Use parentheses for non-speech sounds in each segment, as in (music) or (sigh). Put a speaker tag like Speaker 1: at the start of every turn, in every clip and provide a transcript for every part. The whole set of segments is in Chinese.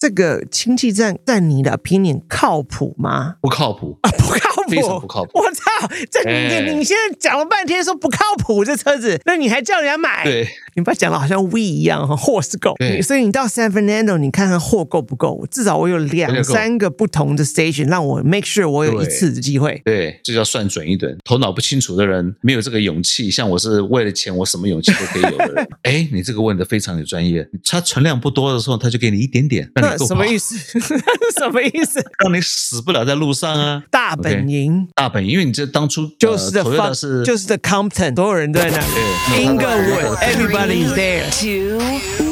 Speaker 1: 这个氢气站在你的 opinion 靠谱吗？
Speaker 2: 不靠谱，
Speaker 1: 啊，不靠谱，
Speaker 2: 非常不靠谱
Speaker 1: 我操，这你、
Speaker 2: 哎
Speaker 1: 你现在讲了半天说不靠谱这车子，那你还叫人家买？
Speaker 2: 对，
Speaker 1: 你不要讲的好像 we 一样哈，货是够。
Speaker 2: 对
Speaker 1: 你所以你到 San Fernando，你看看货够不够？至少我有
Speaker 2: 有
Speaker 1: 两
Speaker 2: 点够
Speaker 1: 三个不同的 station，让我 make sure 我有一
Speaker 2: 对
Speaker 1: 次的机会。
Speaker 2: 对，这叫算准一点。头脑不清楚的人没有这个勇气，像我是为了钱，我什么勇气都可以有的人。 (laughs) 哎，你这个问的非常有专业。他存量不多的时候，他就给你一点点，让
Speaker 1: 那
Speaker 2: 你够
Speaker 1: 什么
Speaker 2: 跑
Speaker 1: 意思？ (laughs) 什么意思？
Speaker 2: 让你死不了在路上啊。
Speaker 1: 大本营
Speaker 2: 大本，因为你这当初
Speaker 1: 就是
Speaker 2: 呃
Speaker 1: the
Speaker 2: Toyota
Speaker 1: fuck，
Speaker 2: 是
Speaker 1: 就是 the Compton，所有人都在那
Speaker 2: 对
Speaker 1: 里。
Speaker 2: 那他的
Speaker 1: 哎 Inglewood，everybody is there。
Speaker 3: Two,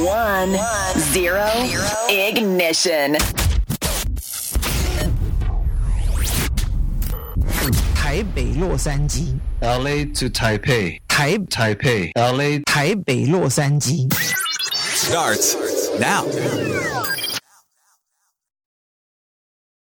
Speaker 3: one, zero, ignition.
Speaker 1: 台北洛杉矶，
Speaker 2: LA to Taipei
Speaker 1: 台
Speaker 2: Taipei LA
Speaker 1: 台北洛杉矶。
Speaker 4: starts now.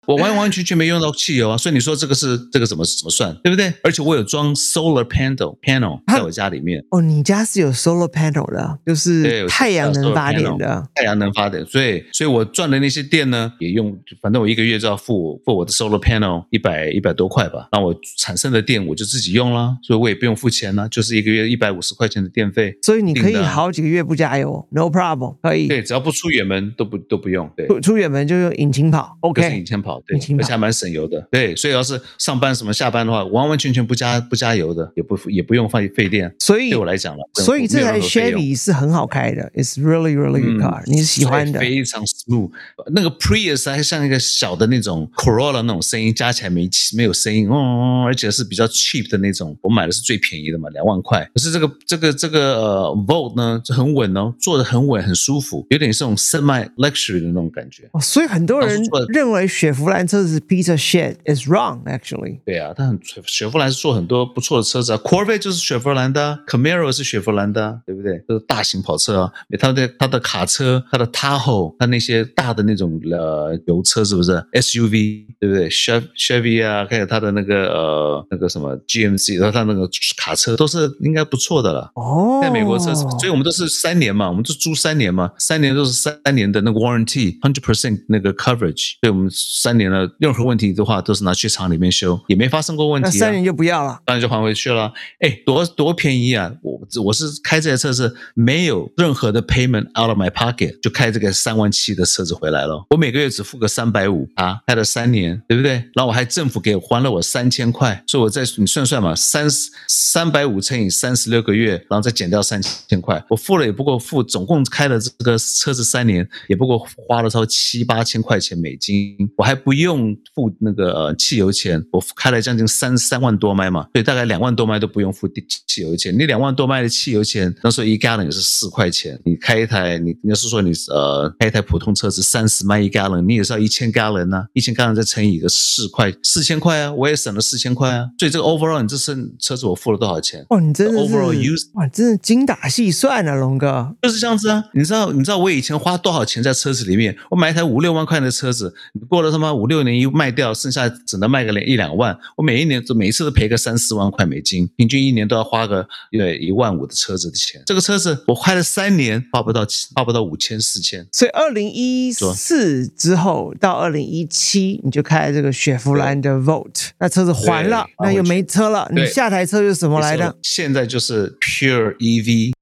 Speaker 2: 我完完全全没用到汽油啊，所以你说这个是这个怎么怎么算，对不对？而且我有装 solar panel panel 在我家里面，
Speaker 1: 哦，你家是有 solar panel 的，就
Speaker 2: 对
Speaker 1: 是
Speaker 2: 有
Speaker 1: 太阳能
Speaker 2: solar
Speaker 1: 发电
Speaker 2: panel
Speaker 1: 的。
Speaker 2: 太阳能发电，所以所以我赚的那些电呢，也用，反正我一个月就要付付我的 solar panel 一百一百多块吧，那我产生的电我就自己用啦，所以我也不用付钱啦，就是一个月一百五十块钱的电费，
Speaker 1: 所以你可以
Speaker 2: 定的啊
Speaker 1: 好几个月不加油，no problem，可以。
Speaker 2: 对，只要不出远门都不都不用，对。
Speaker 1: 出出远门就用引擎跑
Speaker 2: 就是
Speaker 1: ，OK
Speaker 2: 以。前跑，对
Speaker 1: 引擎，跑
Speaker 2: 而且还蛮省油的，对，所以要是上班什么下班的话，完完全全不加不加油的，也不也不用放费电，
Speaker 1: 所以
Speaker 2: 对我来讲了，
Speaker 1: 所以这
Speaker 2: 没有
Speaker 1: 台
Speaker 2: 任何费用
Speaker 1: Chevy 是很好开的，It's really really good
Speaker 2: 嗯
Speaker 1: car，你是喜欢的
Speaker 2: 所。以非常 smooth。那个 Prius 还像一个小的那种 Corolla 那种声音，加起来没没有声音，哦哦，哦而且是比较 cheap 的那种。我买的是最便宜的嘛，两万块。可是这个这个这个呃 Volt 呢，就很稳哦，坐的很稳，很舒服，有点是那种 semi luxury 的那种感觉。
Speaker 1: 哦所以很多人
Speaker 2: 当时做的
Speaker 1: 认为雪佛兰车子是 piece of shit is wrong actually。
Speaker 2: 对啊，但很雪佛兰是做很多不错的车子啊，Corvette 就是雪佛兰的啊，Camaro 是雪佛兰的啊，对不对？都是大型跑车啊，它的它的卡车、它的 Tahoe、它那些大的那种呃油车是不是 SUV？对不对？Chev Chevy 啊，还有它的那个呃那个什么 GMC，然后它那个卡车都是应该不错的了。
Speaker 1: 哦，
Speaker 2: 在美国车子，所以我们都是三年嘛，我们就租三年嘛，三年都是三年的那个 warranty，hundred percent 那个 coverage，所以我们三年了，任何问题的话都是拿去厂里面修，也没发生过问
Speaker 1: 那
Speaker 2: 题、啊。
Speaker 1: 三年就不要了。
Speaker 2: 当然就还回去了。哎，多多便宜啊！我我是开这台车是没有任何的 payment out of my pocket，就开这个三万七的车子回来了。我每个月只付个三百五啊，开了三年，对不对？然后我还政府给还了我三千块，所以我再你算算嘛，三三百五乘以三十六个月，然后再减掉三千块，我付了也不过付，总共开了这个车子三年，也不过花了超七八千块钱美金，我还不用付那个、呃、汽油钱，我开了将近三三万多迈嘛，对，大概两万多迈都不用付地汽油钱。你两万多迈的汽油钱，那时候一 gallon 也是四块钱，你开一台，你你要是说你呃开一台普通车子三十迈一 gallon，你也是要一千 gallon 呐、一千 gallon 再乘以个四块，四千块啊，我也省了四千块啊。所以这个 overall 你这车车子我付了多少钱？
Speaker 1: 哇，哦你真的
Speaker 2: overall
Speaker 1: 是
Speaker 2: use-
Speaker 1: 哇，真的精打细算啊，龙哥。
Speaker 2: 就是这样子啊，你知道你知道我以前花多少钱在车子里面？我买一台五六万块的车子，过了他妈五六年一卖掉，剩下只能卖个一两万。我每一年每一次都赔个三四万块美金，平均一年都要花个呃一万五的车子的钱。这个车子我开了三年，花不到花不到五千四千。
Speaker 1: 所以二零一四之后到二零一七，你就开这个雪佛兰的 Volt，那车子还了，
Speaker 2: 对
Speaker 1: 那又没车了，
Speaker 2: 对
Speaker 1: 你下台车又什么来的？
Speaker 2: 现在就是 pure E EV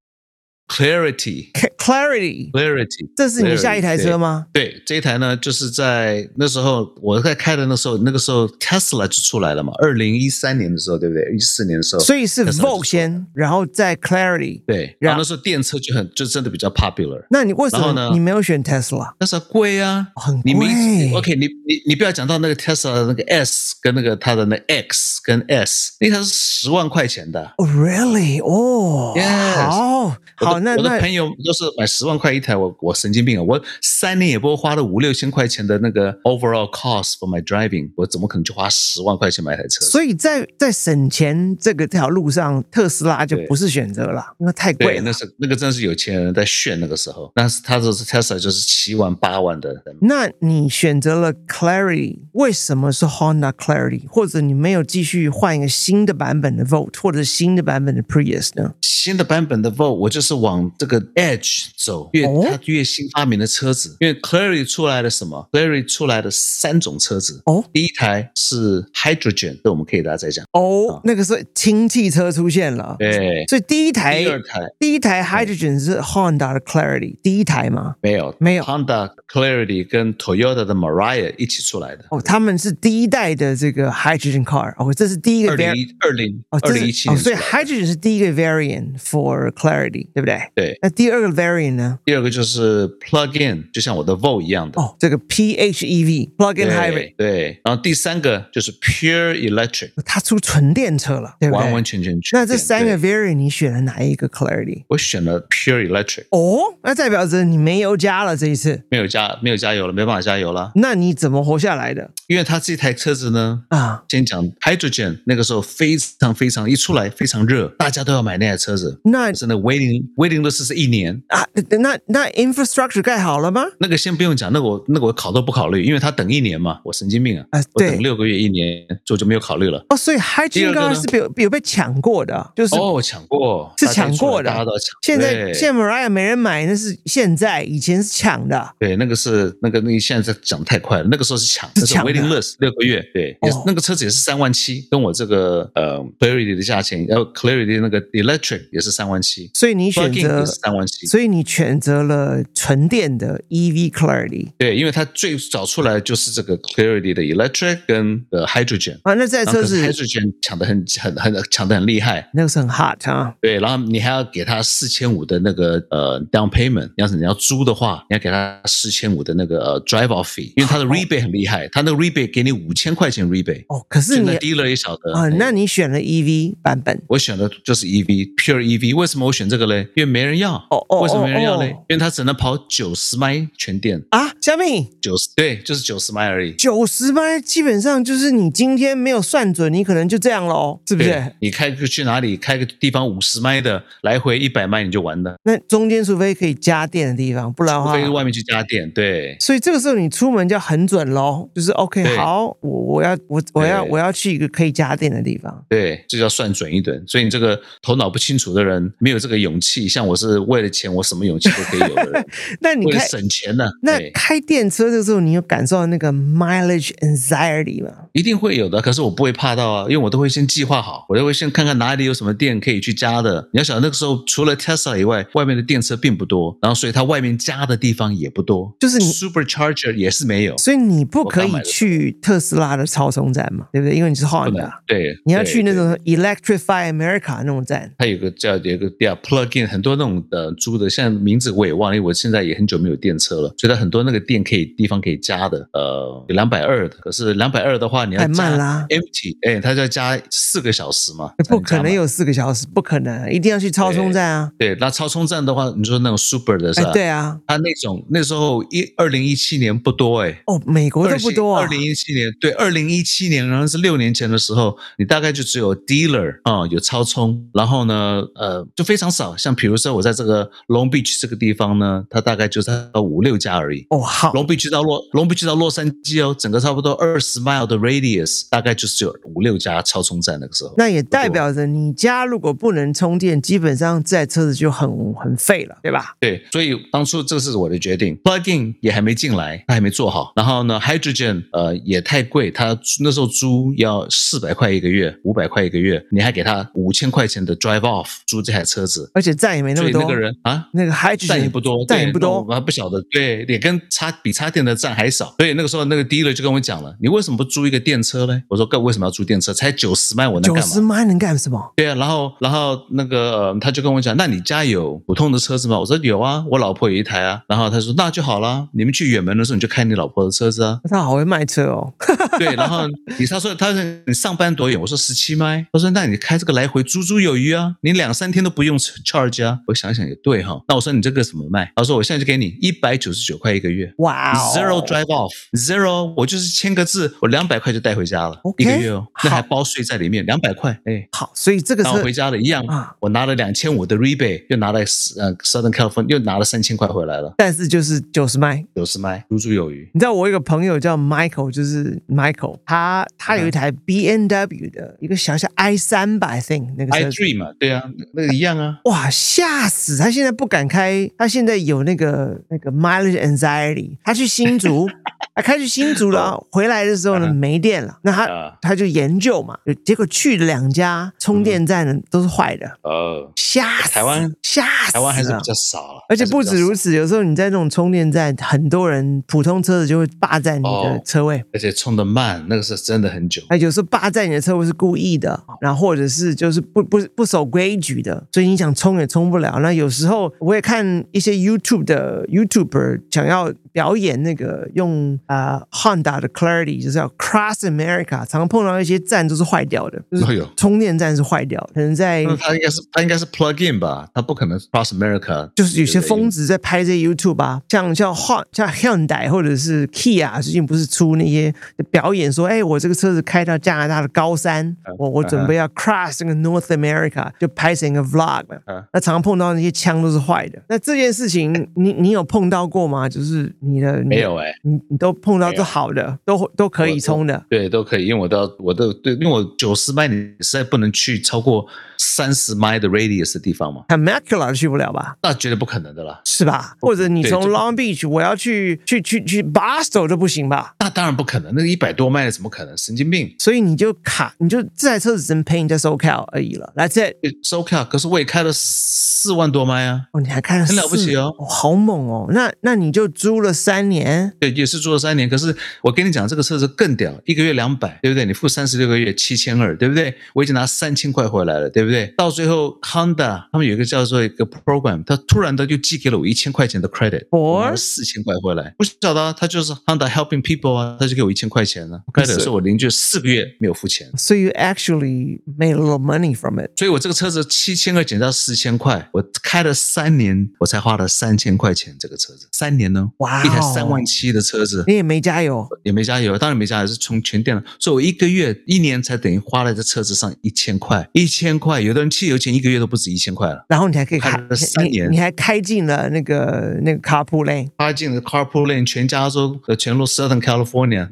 Speaker 2: clarity
Speaker 1: Ca- Clarity，
Speaker 2: clarity，
Speaker 1: 这是你下一台车
Speaker 2: 对
Speaker 1: 吗？
Speaker 2: 对，这一台呢，就是在那时候我在开的那时候，那个时候 Tesla 就出来了嘛，二零一三年的时候，对不对？一四年的时候，
Speaker 1: 所以是
Speaker 2: Tesla 就出来
Speaker 1: Volt 先，然后再 Clarity。
Speaker 2: 对，
Speaker 1: 然
Speaker 2: 然后那时候电车就很就真的比较 popular。
Speaker 1: 那你为什
Speaker 2: 然后
Speaker 1: 么
Speaker 2: 呢
Speaker 1: 你没有选 Tesla？哦
Speaker 2: 但是贵啊，
Speaker 1: 很
Speaker 2: 你没
Speaker 1: 贵
Speaker 2: OK，你你你不要讲到那个 Tesla 的那个 S 跟那个它的那 X 跟 S，那台是十万块钱的。
Speaker 1: 哦，Really？哦
Speaker 2: Yes，，
Speaker 1: 好
Speaker 2: 我的
Speaker 1: 好，那
Speaker 2: 我的
Speaker 1: 那
Speaker 2: 朋友都是买十万块一台，我我神经病啊！我三年也不会花了五六千块钱的那个 overall cost for my driving，我怎么可能去花十万块钱买一台车？
Speaker 1: 所以在在省钱这个这条路上，特斯拉就
Speaker 2: 对
Speaker 1: 不是选择了，因为太
Speaker 2: 对，
Speaker 1: 贵啊了
Speaker 2: 那。是那个真是有钱人在炫那个时候，但是他这是 Tesla 就是七万八万的人，
Speaker 1: 那你选择了 Clarity，为什么是 Honda Clarity？或者你没有继续换一个新的版本的 Volt，或者新的版本的 Prius 呢？
Speaker 2: 新的版本的 Volt，我就是是往这个 edge 走，越
Speaker 1: 哦
Speaker 2: 它越新发明的车子。因为 Clary 出来了什么？Clary 出来的三种车子。
Speaker 1: 哦
Speaker 2: 第一台是 hydrogen，这我们可以大家再讲。
Speaker 1: 哦，那个时候氢气车出现了，
Speaker 2: 对，
Speaker 1: 所以第一台
Speaker 2: 第二台
Speaker 1: 第一台 hydrogen 是 Honda 的 Clarity，第一台嘛。
Speaker 2: 没有
Speaker 1: 没有
Speaker 2: Honda Clarity 跟 Toyota 的 Mariah 一起出来的。
Speaker 1: 哦，他们是第一代的这个 hydrogen car。哦，这是第一个
Speaker 2: 二零
Speaker 1: variant。
Speaker 2: 一二零
Speaker 1: 哦，
Speaker 2: 二
Speaker 1: 这
Speaker 2: 零一
Speaker 1: 是
Speaker 2: 七
Speaker 1: 哦，
Speaker 2: 年出
Speaker 1: 所以
Speaker 2: 来的，
Speaker 1: hydrogen 是第一个 variant for Clarity，对不对？
Speaker 2: 对。
Speaker 1: 那呃第二个 variant 呢？
Speaker 2: 第二个就是 plug in，就像我的 Vo 一样的。
Speaker 1: 哦，这个 PHEV plug-in
Speaker 2: 对
Speaker 1: hybrid，
Speaker 2: 对，然后第三个就是 pure electric，
Speaker 1: 它出纯电车了，对不对？
Speaker 2: 完完全全全
Speaker 1: 那这三个
Speaker 2: 电对
Speaker 1: variant 你选了哪一个 Clarity？
Speaker 2: 我选了 pure electric，
Speaker 1: 哦，那代表着你没油加了这一次，
Speaker 2: 没有加没有加油了，没办法加油了，
Speaker 1: 那你怎么活下来的
Speaker 2: 因为它这台车子呢。
Speaker 1: 啊？
Speaker 2: 先讲 hydrogen，那个时候非常非常一出来非常热，大家都要买那台车子，
Speaker 1: 那
Speaker 2: 真的 waiting waiting list 是一年。
Speaker 1: 啊，那那 infrastructure 盖好了吗？
Speaker 2: 那个先不用讲，那个我那个我考都不考虑，因为他等一年嘛，我神经病啊！
Speaker 1: 啊
Speaker 2: 我
Speaker 1: 对
Speaker 2: 等六个月一年，就就没有考虑了。
Speaker 1: 哦，所以 hydrogen
Speaker 2: 第二个
Speaker 1: car
Speaker 2: 呢
Speaker 1: 是被有被抢过的，就是
Speaker 2: 哦，抢过，
Speaker 1: 是
Speaker 2: 大家
Speaker 1: 抢
Speaker 2: 出来
Speaker 1: 过的
Speaker 2: 大家都要抢。
Speaker 1: 现在
Speaker 2: 对
Speaker 1: 现在 Mariah 没人买，那是现在，以前是抢的。
Speaker 2: 对，那个是那个那个现在讲得太快了，那个时候是抢，
Speaker 1: 是
Speaker 2: 那是
Speaker 1: 抢的
Speaker 2: waiting
Speaker 1: (laughs)
Speaker 2: list 六个月，对，也是
Speaker 1: 哦
Speaker 2: 那个车子也是三万七，跟我这个呃 Clarity 的价钱，然后 Clarity 那个 Electric 也是三万七
Speaker 1: 所以你选
Speaker 2: ，Plug-in
Speaker 1: 择
Speaker 2: 也是，三万七，
Speaker 1: 所以你选择了纯电的 EV Clarity
Speaker 2: 对，因为它最早出来就是这个 Clarity 的 Electric 跟呃 Hydrogen，
Speaker 1: 啊。那这台
Speaker 2: 然
Speaker 1: 车
Speaker 2: 后可是
Speaker 1: 是
Speaker 2: Hydrogen 抢的很很很抢的很厉害。
Speaker 1: 那个是很 hot 啊，
Speaker 2: 对，然后你还要给他四千五的那个呃 down payment，要是你要租的话，你要给他四千五的那个呃 drive off fee，因为他的 rebate 很厉害，他那个 rebate 给你五千块钱 rebate，
Speaker 1: 哦，可是
Speaker 2: 现
Speaker 1: 你
Speaker 2: 在 dealer 也晓得
Speaker 1: 啊，那你选了 EV 版本
Speaker 2: 我选的就是 EV pure EV，为什么我选这个嘞？因为没人要。
Speaker 1: 哦哦
Speaker 2: 为什么没人要嘞？
Speaker 1: 哦哦
Speaker 2: 因为它只能跑九十迈全电，
Speaker 1: 啊，小米
Speaker 2: 九十对，就是九十迈而已。
Speaker 1: 九十迈，基本上就是你今天没有算准，你可能就这样喽，是不
Speaker 2: 对
Speaker 1: 是？，
Speaker 2: 你开个去哪里？开个地方五十迈的，来回一百迈你就完了，
Speaker 1: 那中间除非可以加电的地方，不然的
Speaker 2: 除
Speaker 1: 话
Speaker 2: 非外面去加电。对，
Speaker 1: 所以这个时候你出门就要很准喽，就是 OK，
Speaker 2: 对
Speaker 1: 好，我我要我我要
Speaker 2: 对
Speaker 1: 我要去一个可以加电的地方。
Speaker 2: 对，这叫算准一点。所以你这个头脑不清楚的人，没有这个勇气。像我是为了钱，我什么勇气都可以有的人，
Speaker 1: 那 (laughs) 你
Speaker 2: 为了
Speaker 1: 开
Speaker 2: 省钱呢、
Speaker 1: 那
Speaker 2: 对
Speaker 1: 开电车的时候，你有感受到那个 mileage anxiety 吗？
Speaker 2: 一定会有的，可是我不会怕到啊，因为我都会先计划好，我都会先看看哪里有什么店可以去加的。你要想那个时候除了 Tesla 以外，外面的电车并不多，然后所以它外面加的地方也不多，
Speaker 1: 就是你
Speaker 2: Supercharger 也是没有，
Speaker 1: 所以你不
Speaker 2: 我
Speaker 1: 可
Speaker 2: 刚
Speaker 1: 以
Speaker 2: 买的
Speaker 1: 去特斯拉的超充站嘛，对不对？因为你是啊
Speaker 2: 不能
Speaker 1: Honda，
Speaker 2: 对，
Speaker 1: 你要
Speaker 2: 对
Speaker 1: 去那。
Speaker 2: 对
Speaker 1: 种 Electrify America 那种站。
Speaker 2: 它有个叫有个叫 plug in，很多那种呃租的，像名字我也忘了，因为我现在也很久没有电车了，所以它很多那个店可以地方可以加的，呃，有两百二的，可是两百二的话你要
Speaker 1: 太慢
Speaker 2: 加
Speaker 1: 啦哎
Speaker 2: empty，哎，它就要加四个小时嘛，才
Speaker 1: 不可
Speaker 2: 加
Speaker 1: 能
Speaker 2: 满
Speaker 1: 有四个小时，不可能，一定要去超充站啊！
Speaker 2: 对，那超充站的话，你说那种 Super 的是
Speaker 1: 哎
Speaker 2: 吧？，
Speaker 1: 对啊，
Speaker 2: 它那种那时候一二零一七年不多哎、
Speaker 1: 哦，美国都不多啊
Speaker 2: 二，零一七年，对，二零一七年，然后是六年前的时候，你大概就只有 dealer 啊、有超充，然后呢，呃，就非常少。像比如说我在这个 Long Beach 这个地方呢，它大概就在五六家而已。
Speaker 1: 哦，好，
Speaker 2: Long Beach 到洛 Long Beach 到洛杉矶哦，整个差不多二十 mile 的 radius，大概就只有五六家超充站那个时候。
Speaker 1: 那也代表着你家如果不能充电，基本上这台车子就很很废了，对吧？
Speaker 2: 对，所以当初这是我的决定。Plug-in 也还没进来，它还没做好。然后呢，Hydrogen 呃也太贵，它那时候租要四百块一个月，五百块一个月，你还给他五千块钱的 drive off 租这台车子，
Speaker 1: 而且站也没那
Speaker 2: 所
Speaker 1: 么
Speaker 2: 以
Speaker 1: 多，
Speaker 2: 那个人啊。
Speaker 1: 那个 hydrogen
Speaker 2: 站也不多，
Speaker 1: 站也
Speaker 2: 对
Speaker 1: 不
Speaker 2: 那
Speaker 1: 多
Speaker 2: 我们还不晓得，对，也跟插比插电的站还少，所以那个时候那个 dealer 就跟我讲了，你为什么不租一个电车呢？我说，干为什么要租电车？才九十迈，我能
Speaker 1: 九
Speaker 2: 干嘛
Speaker 1: 十？迈能干什么？。
Speaker 2: 对啊，然后然后那个、呃他就跟我讲，那你家有普通的车子吗？我说有啊，我老婆有一台啊。然后他说那就好啦，你们去远门的时候你就开你老婆的车子啊
Speaker 1: 他好会卖车哦，
Speaker 2: 对，然
Speaker 1: (laughs)
Speaker 2: 后你他说他说你上班多远？我说十七迈。他说那你开这个来回足足有余啊，你两三天都不用 charge 啊。我想想也对哈、那我说你这个怎么卖？他说我现在就给你一百九十九块一个月。
Speaker 1: 哇哦
Speaker 2: Zero drive off zero，我就是签个字，我两百块就带回家了
Speaker 1: OK，
Speaker 2: 一个月哦，那还
Speaker 1: 好
Speaker 2: 包税在里面，两百块，哎，
Speaker 1: 好，所以这个
Speaker 2: 然后
Speaker 1: 车
Speaker 2: 回家了一样
Speaker 1: 啊
Speaker 2: 我拿了两千五的 rebate，又拿了呃 Southern California 又拿了三千块回来了，
Speaker 1: 但是就是九十迈。
Speaker 2: 九十迈，足足有余。
Speaker 1: 你知道我有一个朋友叫 Michael，就是 Michael，他他
Speaker 2: 嗯
Speaker 1: 有一台 B N W 的一个小小 i 三吧，I think 那个
Speaker 2: i
Speaker 1: 车子
Speaker 2: three 嘛，对啊，那个一样啊。
Speaker 1: 哇，吓死！他现在不敢开，他现在有那个那个 mileage anxiety。他去新
Speaker 2: (laughs)
Speaker 1: 竹，他开去新竹了，回来的时候
Speaker 2: 嗯
Speaker 1: 呢没电了，那他
Speaker 5: 啊
Speaker 1: 他就研究嘛，就结果去了两家充电站呢都是坏的，
Speaker 5: 哦，
Speaker 1: 吓死！
Speaker 2: 嗯台湾
Speaker 1: 吓死！啊
Speaker 2: 台湾还是比较。少了，
Speaker 1: 而且不
Speaker 2: 还是
Speaker 1: 止
Speaker 2: 比较少
Speaker 1: 如，此，有时候你在那种充电站，很多人普通车子就会霸占你的
Speaker 2: 哦
Speaker 1: 车位。
Speaker 2: 而且充的慢，那个是真的很久。
Speaker 1: 那有时候霸占你的车位是故意的，
Speaker 2: 哦
Speaker 1: 然后或者是就是不不不守规矩的，所以你想冲也冲不了。那有时候我也看一些 YouTube 的 YouTuber 想要表演那个用啊、呃 Honda 的 Clarity，就是要 Cross America，常常碰到一些站都是坏掉的，就
Speaker 2: 哎
Speaker 1: 是
Speaker 2: 呦嗯
Speaker 1: 充电站是坏掉的，可能在
Speaker 2: 那他应该是他应该是 plug in 吧，他不可能 cross America。
Speaker 1: 就是有些疯子在拍这些 YouTube 啊，像像 Hon 像 Hyundai 或者是 Kia，最近不是出那些表演说，哎，我这个车子开到加拿大的高山，
Speaker 2: 啊
Speaker 1: 我我准备要 cross 这个 North America，就拍成一个 vlog 嘛
Speaker 2: 嗯。
Speaker 1: 那常常碰到那些枪都是坏的。那这件事情，你你有碰到过吗？就是你的你
Speaker 2: 哎没有哎、
Speaker 1: 你你都碰到
Speaker 2: 没有
Speaker 1: 都好的，都都可以冲的。
Speaker 2: 对，都可以，因为我到我都对，因为我九十迈你实在不能去超过三十迈的 radius 的地方嘛，
Speaker 1: 看 Macula 去不了吧？
Speaker 2: 那绝对不可能的啦，
Speaker 1: 是吧？或者你
Speaker 2: 对
Speaker 1: 从
Speaker 2: 这个
Speaker 1: Long Beach，我要去去去去 Boston 都不行吧？
Speaker 2: 那当然不可能，那一百多迈的怎么可能？神经病！
Speaker 1: 所以你就卡，你就这台车子只能陪你在 SoCal 而已了。That's it。
Speaker 2: 收卡，可是我也开了四万多迈啊，
Speaker 1: 哦，你还看了
Speaker 2: 很了不起哦
Speaker 1: 四好猛哦！那那你就租了三年，
Speaker 2: 对，也是做了三年。可是我跟你讲，这个车子更屌，一个月两百，对不对？你付三十六个月七千二，对不对？我已经拿三千块回来了，对不对？到最后，Honda 他们有一个叫做一个 program，他突然的就寄给了我一千块钱的 credit，我拿了四千块回来，不晓得啊他就是 Honda helping people 啊，他就给我一千块钱了、credit，是我邻居四个月没有付钱。
Speaker 1: 所以 you actually made a little money from it。
Speaker 2: 所以我这个车子七千二减到四千块，我开了三年，我才花了三千块钱。这个车子三年呢，
Speaker 1: 哇哦
Speaker 2: 一台三万七的车子，
Speaker 1: 你也没加油，
Speaker 2: 也没加油，当然没加油，是充全电了。所以我一个月、一年才等于花在这车子上一千块，一千块。有的人汽油钱一个月都不止一千块了。
Speaker 1: 然后你还可以开
Speaker 2: 开了三
Speaker 1: 你
Speaker 2: 年
Speaker 1: 你还开进了那个那个 carpool lane。
Speaker 2: 他进了 carpool lane，全加州呃全路 Southern California，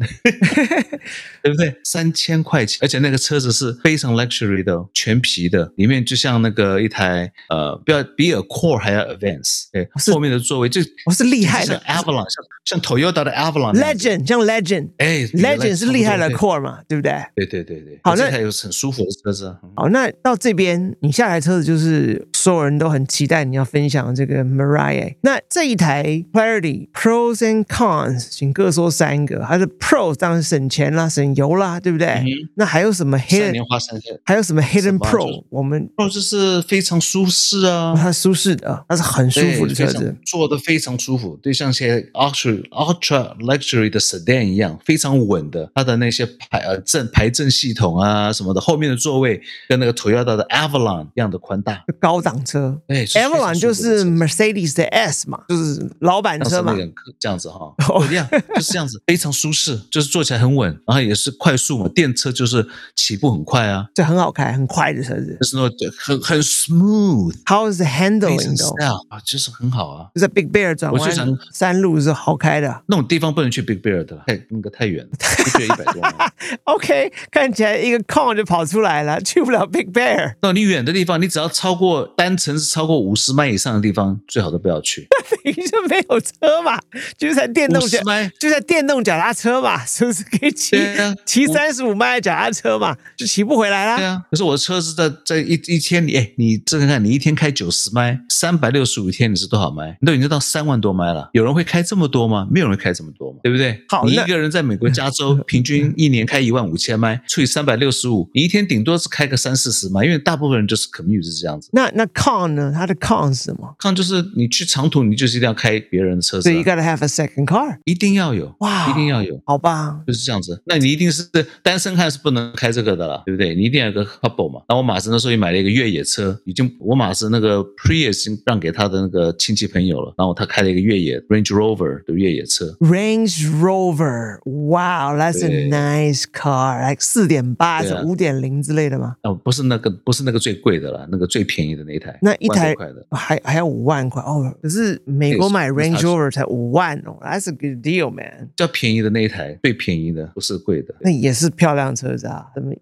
Speaker 2: 对不对？三千块钱，而且那个车子是非常 luxury 的哦，全皮的，里面就像那个一台呃，不要比 Accord 还要 Advance，对，
Speaker 1: 是
Speaker 2: 后面的座位就
Speaker 1: 我哦是厉害
Speaker 2: 就
Speaker 1: 的
Speaker 2: 像 Avalon，像像 Toyota 的 Avalon 那样子
Speaker 1: legend，像 legend，
Speaker 2: 哎
Speaker 1: ，legend 是厉害的
Speaker 2: 对
Speaker 1: core 嘛，对不对？
Speaker 2: 对对对对，
Speaker 1: 好那
Speaker 2: 这台有很舒服的车子啊。嗯
Speaker 1: 好，那到这边你下台车子就是所有人都很期待你要分享这个 Mariah。那这一台 Clarity pros and cons，请各说三个。它的 pros 当然省钱啦，省油啦，对不对？
Speaker 2: 嗯
Speaker 1: 那还有什么
Speaker 2: 三年
Speaker 1: hidden？
Speaker 2: 花三千。
Speaker 1: 还有什么 hidden
Speaker 2: 什么啊
Speaker 1: pro？我们
Speaker 2: 哦，就是非常舒适啊，
Speaker 1: 它舒适的，它是很舒服的车
Speaker 2: 对非
Speaker 1: 子
Speaker 2: 常。坐的非常舒服，对像些 ultra ultra luxury 的 sedan 一样，非常稳的。它的那些排呃震排震系统啊什么的，后面的座位跟那个 Toyota 的 Avalon 一样的宽大。
Speaker 1: 就高档车
Speaker 2: 对是非常
Speaker 1: ，Avalon 就
Speaker 2: 舒服的
Speaker 1: 是
Speaker 2: 车
Speaker 1: Mercedes 的 S 嘛，就是老板
Speaker 2: 像
Speaker 1: 车
Speaker 2: 是
Speaker 1: 嘛
Speaker 2: 那。个这样子哈，
Speaker 1: (laughs) 哦
Speaker 2: 不一样，就是这样子，非常舒适，就是坐起来很稳，然后也是快速嘛，电车就是起步很快啊，
Speaker 1: 这很好开，很快的车子
Speaker 2: 就。是那种很很 smooth，
Speaker 1: How's the
Speaker 2: 非常
Speaker 1: handling 都
Speaker 2: style 啊，就是很好啊。
Speaker 1: 就在 Big Bear 转
Speaker 2: 我最
Speaker 1: 弯
Speaker 2: 常
Speaker 1: 山路是好开的。
Speaker 2: 那种地方不能去 Big Bear 的啦，太那个太远了，一个一百多迈。
Speaker 1: OK，看起来一个空就跑出来了，去不了 Big Bear。 (laughs)
Speaker 2: 那你远的地方，你只要超过单程是超过五十迈以上的地方，最好都不要
Speaker 1: (laughs)
Speaker 2: 去。
Speaker 1: 你就没有车嘛？就是在电动脚
Speaker 2: 50迈，
Speaker 1: 就在电动脚踏车嘛，是不是可以骑
Speaker 2: 对啊
Speaker 1: 骑
Speaker 2: 我
Speaker 1: 三十五迈的脚踏车嘛？就骑不回来啦。
Speaker 2: 对啊，可是我的车是在在一一天里，哎，你这看看，你一天开九十迈，三百六十五天你是多少迈？你都已经到三万多迈了，有人会开这么多吗？没有人会开这么多嘛，对不对？
Speaker 1: 好
Speaker 2: 你
Speaker 1: 那
Speaker 2: 一个人在美国加
Speaker 1: (laughs)
Speaker 2: 州平均一年开一万五千迈，除以三百六十五，你一天顶多是开个三四十迈，因为大部分人就是 commute 是这样子。
Speaker 1: 那那 con 呢？它的 con 是什么
Speaker 2: 看，就是你去长途，你就是一定要开别人的车子
Speaker 1: 所
Speaker 2: 啊、
Speaker 1: 以 you gotta have a second car。
Speaker 2: 一定要有，
Speaker 1: 哇
Speaker 2: 一定要有，
Speaker 1: 好吧，
Speaker 2: 就是这样子。那你一定是单身汉是不能开这个的啦，对不对？你一定要有个 couple 嘛。那我马自那时候也买了一个越野车，已经我马自那个 Prius 已经让给他的那个亲戚朋友了，然后他开了一个越野 Range Rover 的越野车，
Speaker 1: Range Rover。Wow，that's a
Speaker 2: 对
Speaker 1: nice car。like 四点八、
Speaker 2: 对
Speaker 1: 是
Speaker 2: 啊
Speaker 1: 五点零之类的吗？
Speaker 2: 哦，不是那个不是那个最贵的啦，那个最便宜的那一台，
Speaker 1: 那一
Speaker 2: 万
Speaker 1: 台
Speaker 2: 多块的。
Speaker 1: 还还要五万块哦，可是美国买
Speaker 2: Yes，
Speaker 1: Range
Speaker 2: 不差
Speaker 1: Rover 才五万哦，That's a good deal, man。
Speaker 2: 较便宜的那一台，最便宜的不是贵的。
Speaker 1: 那也是漂亮车子啊，什么
Speaker 2: 还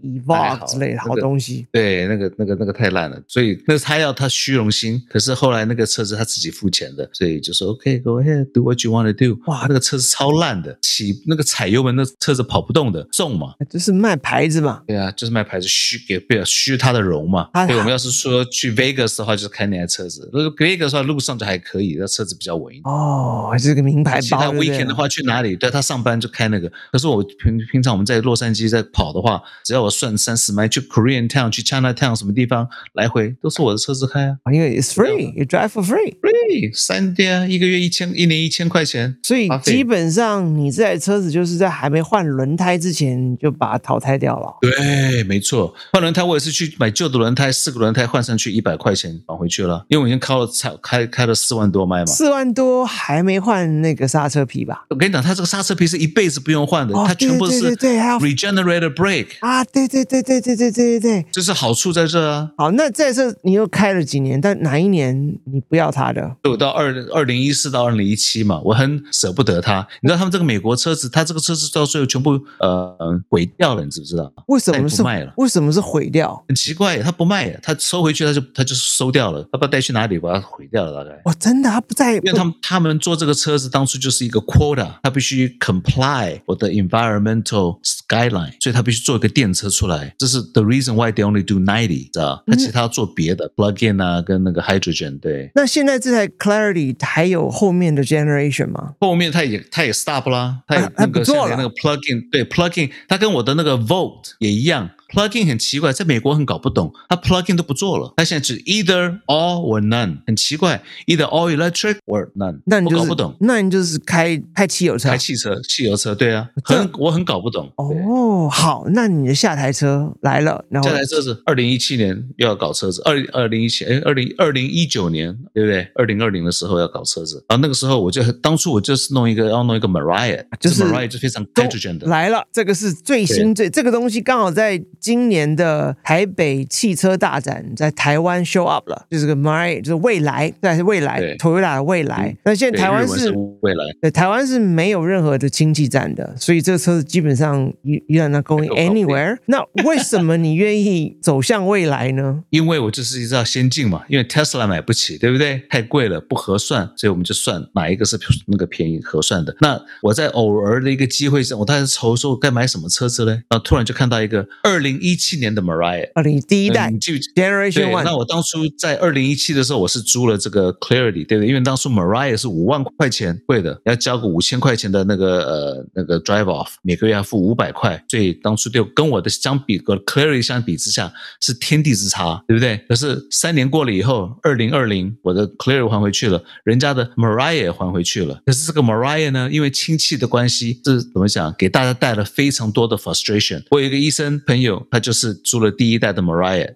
Speaker 1: Evoque
Speaker 2: 好
Speaker 1: 之类的
Speaker 2: 那
Speaker 1: 好
Speaker 2: 个
Speaker 1: 东西。
Speaker 2: 对，那个那个那个太烂了，所以那是他要他虚荣心，可是后来那个车子他自己付钱的，所以就说 OK go ahead do what you want to do。哇，那个车子超烂的，起那个踩油门那车子跑不动的，重嘛。
Speaker 1: 就是卖牌子嘛，
Speaker 2: 对啊，就是卖牌子虚给不要虚它的荣嘛。
Speaker 1: 啊
Speaker 2: 对，我们要是说去 Vegas 的话，就是开那台车子。那个 Vegas 的话，路上就还可以，那车子比较稳一点。
Speaker 1: 哦，还是个名牌
Speaker 2: 其他
Speaker 1: 包。对不对
Speaker 2: weekend 的话去哪里？对他上班就开那个。可是我平平常我们在洛杉矶在跑的话，只要我算三十迈去 Korean Town、去 China Town 什么地方来回，都是我的车子开啊。
Speaker 1: 啊因为 it's free, you drive for free，
Speaker 2: 对，三天啊一个月一千，一年一千块钱。
Speaker 1: 所以
Speaker 2: 花费
Speaker 1: 基本上你这台车子就是在还没换轮胎之前你就把它淘汰掉了。
Speaker 2: 对，没错，换轮胎我也是去买旧的轮胎，四个轮胎换上去一百块钱还回去了，因为我已经开了差开开了四万多迈嘛。
Speaker 1: 四万多还没换那个刹车皮吧？
Speaker 2: 我跟你讲，它这个刹车皮是一辈子不用换的，
Speaker 1: 哦
Speaker 2: 它全部
Speaker 1: 对对对
Speaker 2: 是
Speaker 1: 对还要
Speaker 2: regenerator brake，
Speaker 1: 啊，对对对对对对对对对。
Speaker 2: 这是好处在这啊。
Speaker 1: 好，那这次你又开了几年？但哪一年你不要它的？
Speaker 2: 我到二二零一四到二零一七嘛，我很舍不得它。你知道他们这个美国车子，它这个车子到最后全部呃毁掉了，你知不知道？
Speaker 1: 为什么
Speaker 2: 它也不
Speaker 1: 是
Speaker 2: 卖了？
Speaker 1: 为什么是毁掉？
Speaker 2: 很奇怪，他不卖，他收回去他就他就收掉了，他不知道带去哪里，把它毁掉了大概。
Speaker 1: 哇，哦真的，它不在，
Speaker 2: 因为他们他们做这个车子当初就是一个 quota，他必须 comply 我的 environmental skyline，所以他必须做一个电车出来。这是 the reason why they only do ninety，知道吧？他其他要做别的 plug in 啊，跟那个 hydrogen 对。
Speaker 1: 那现在这台 Clarity 还有后面的 generation 吗？
Speaker 2: 后面他也他也 stop 啦，他也
Speaker 1: 啊
Speaker 2: 那
Speaker 1: 他不
Speaker 2: 个
Speaker 1: 做
Speaker 2: 像
Speaker 1: 了
Speaker 2: 那个 plugin 对 plugin，他跟我的那个 vote 也一样，plugin 很奇怪，在美国很搞不懂，他 plugin 都不做了，他现在只 either all or none，很奇怪，either all electric or none，
Speaker 1: 那你就是
Speaker 2: 我搞不懂，
Speaker 1: 那你就是开开汽油车
Speaker 2: 开。汽车汽油车对啊，
Speaker 1: 这
Speaker 2: 很我很搞不懂。
Speaker 1: 哦，好，那你的下台车来了，然后
Speaker 2: 这台车子，二零一七年又要搞车子，二二零一七哎，二零二零一九年对不对？二零二零的时候要搞车子，然后那个时候我就当初我就是弄一个要弄一个 Mariah，
Speaker 1: 就是
Speaker 2: Mariah 就非常
Speaker 1: 都
Speaker 2: hydrogen 的，
Speaker 1: 来了，这个是最新最这个东西刚好在今年的台北汽车大展在台湾 show up 了，就是个 my 就是未来，这还是未来
Speaker 2: 对
Speaker 1: Toyota 的未来
Speaker 2: 嗯。
Speaker 1: 那现在
Speaker 2: 对
Speaker 1: 台湾
Speaker 2: 日文
Speaker 1: 是
Speaker 2: 未来。
Speaker 1: 对，台湾是没有任何的氢气站的，所以这个车子基本上 you you are not going
Speaker 2: 够搞定
Speaker 1: anywhere。那为什么你愿意走向未来呢？
Speaker 2: 因为我就是知道先进嘛，因为 Tesla 买不起，对不对？太贵了，不合算，所以我们就算哪一个是那个便宜合算的。那我在偶尔的一个机会上，我当时愁说我该买什么车子嘞，然后突然就看到一个二零一七年的 Mariah，
Speaker 1: 二零第一代
Speaker 2: 嗯你记不记？
Speaker 1: generation
Speaker 2: 对，那
Speaker 1: one，
Speaker 2: 我当初在二零一七的时候，我是租了这个 Clarity，对不对？因为当初 Mariah 是五万块钱贵的，要交个五千块钱的那个呃那个 drive off，每个月要付五百块，所以当初就跟我的相比，跟 Clarity 相比之下是天地之差，对不对？可是三年过了以后，二零二零我的 Clarity 还回去了，人家的 Mariah 也还回去了。可是这个 Mariah 呢，因为亲戚的关系，这怎么讲？给大家带了非常多的 frustration。我有一个医生朋友，他就是租了第一代的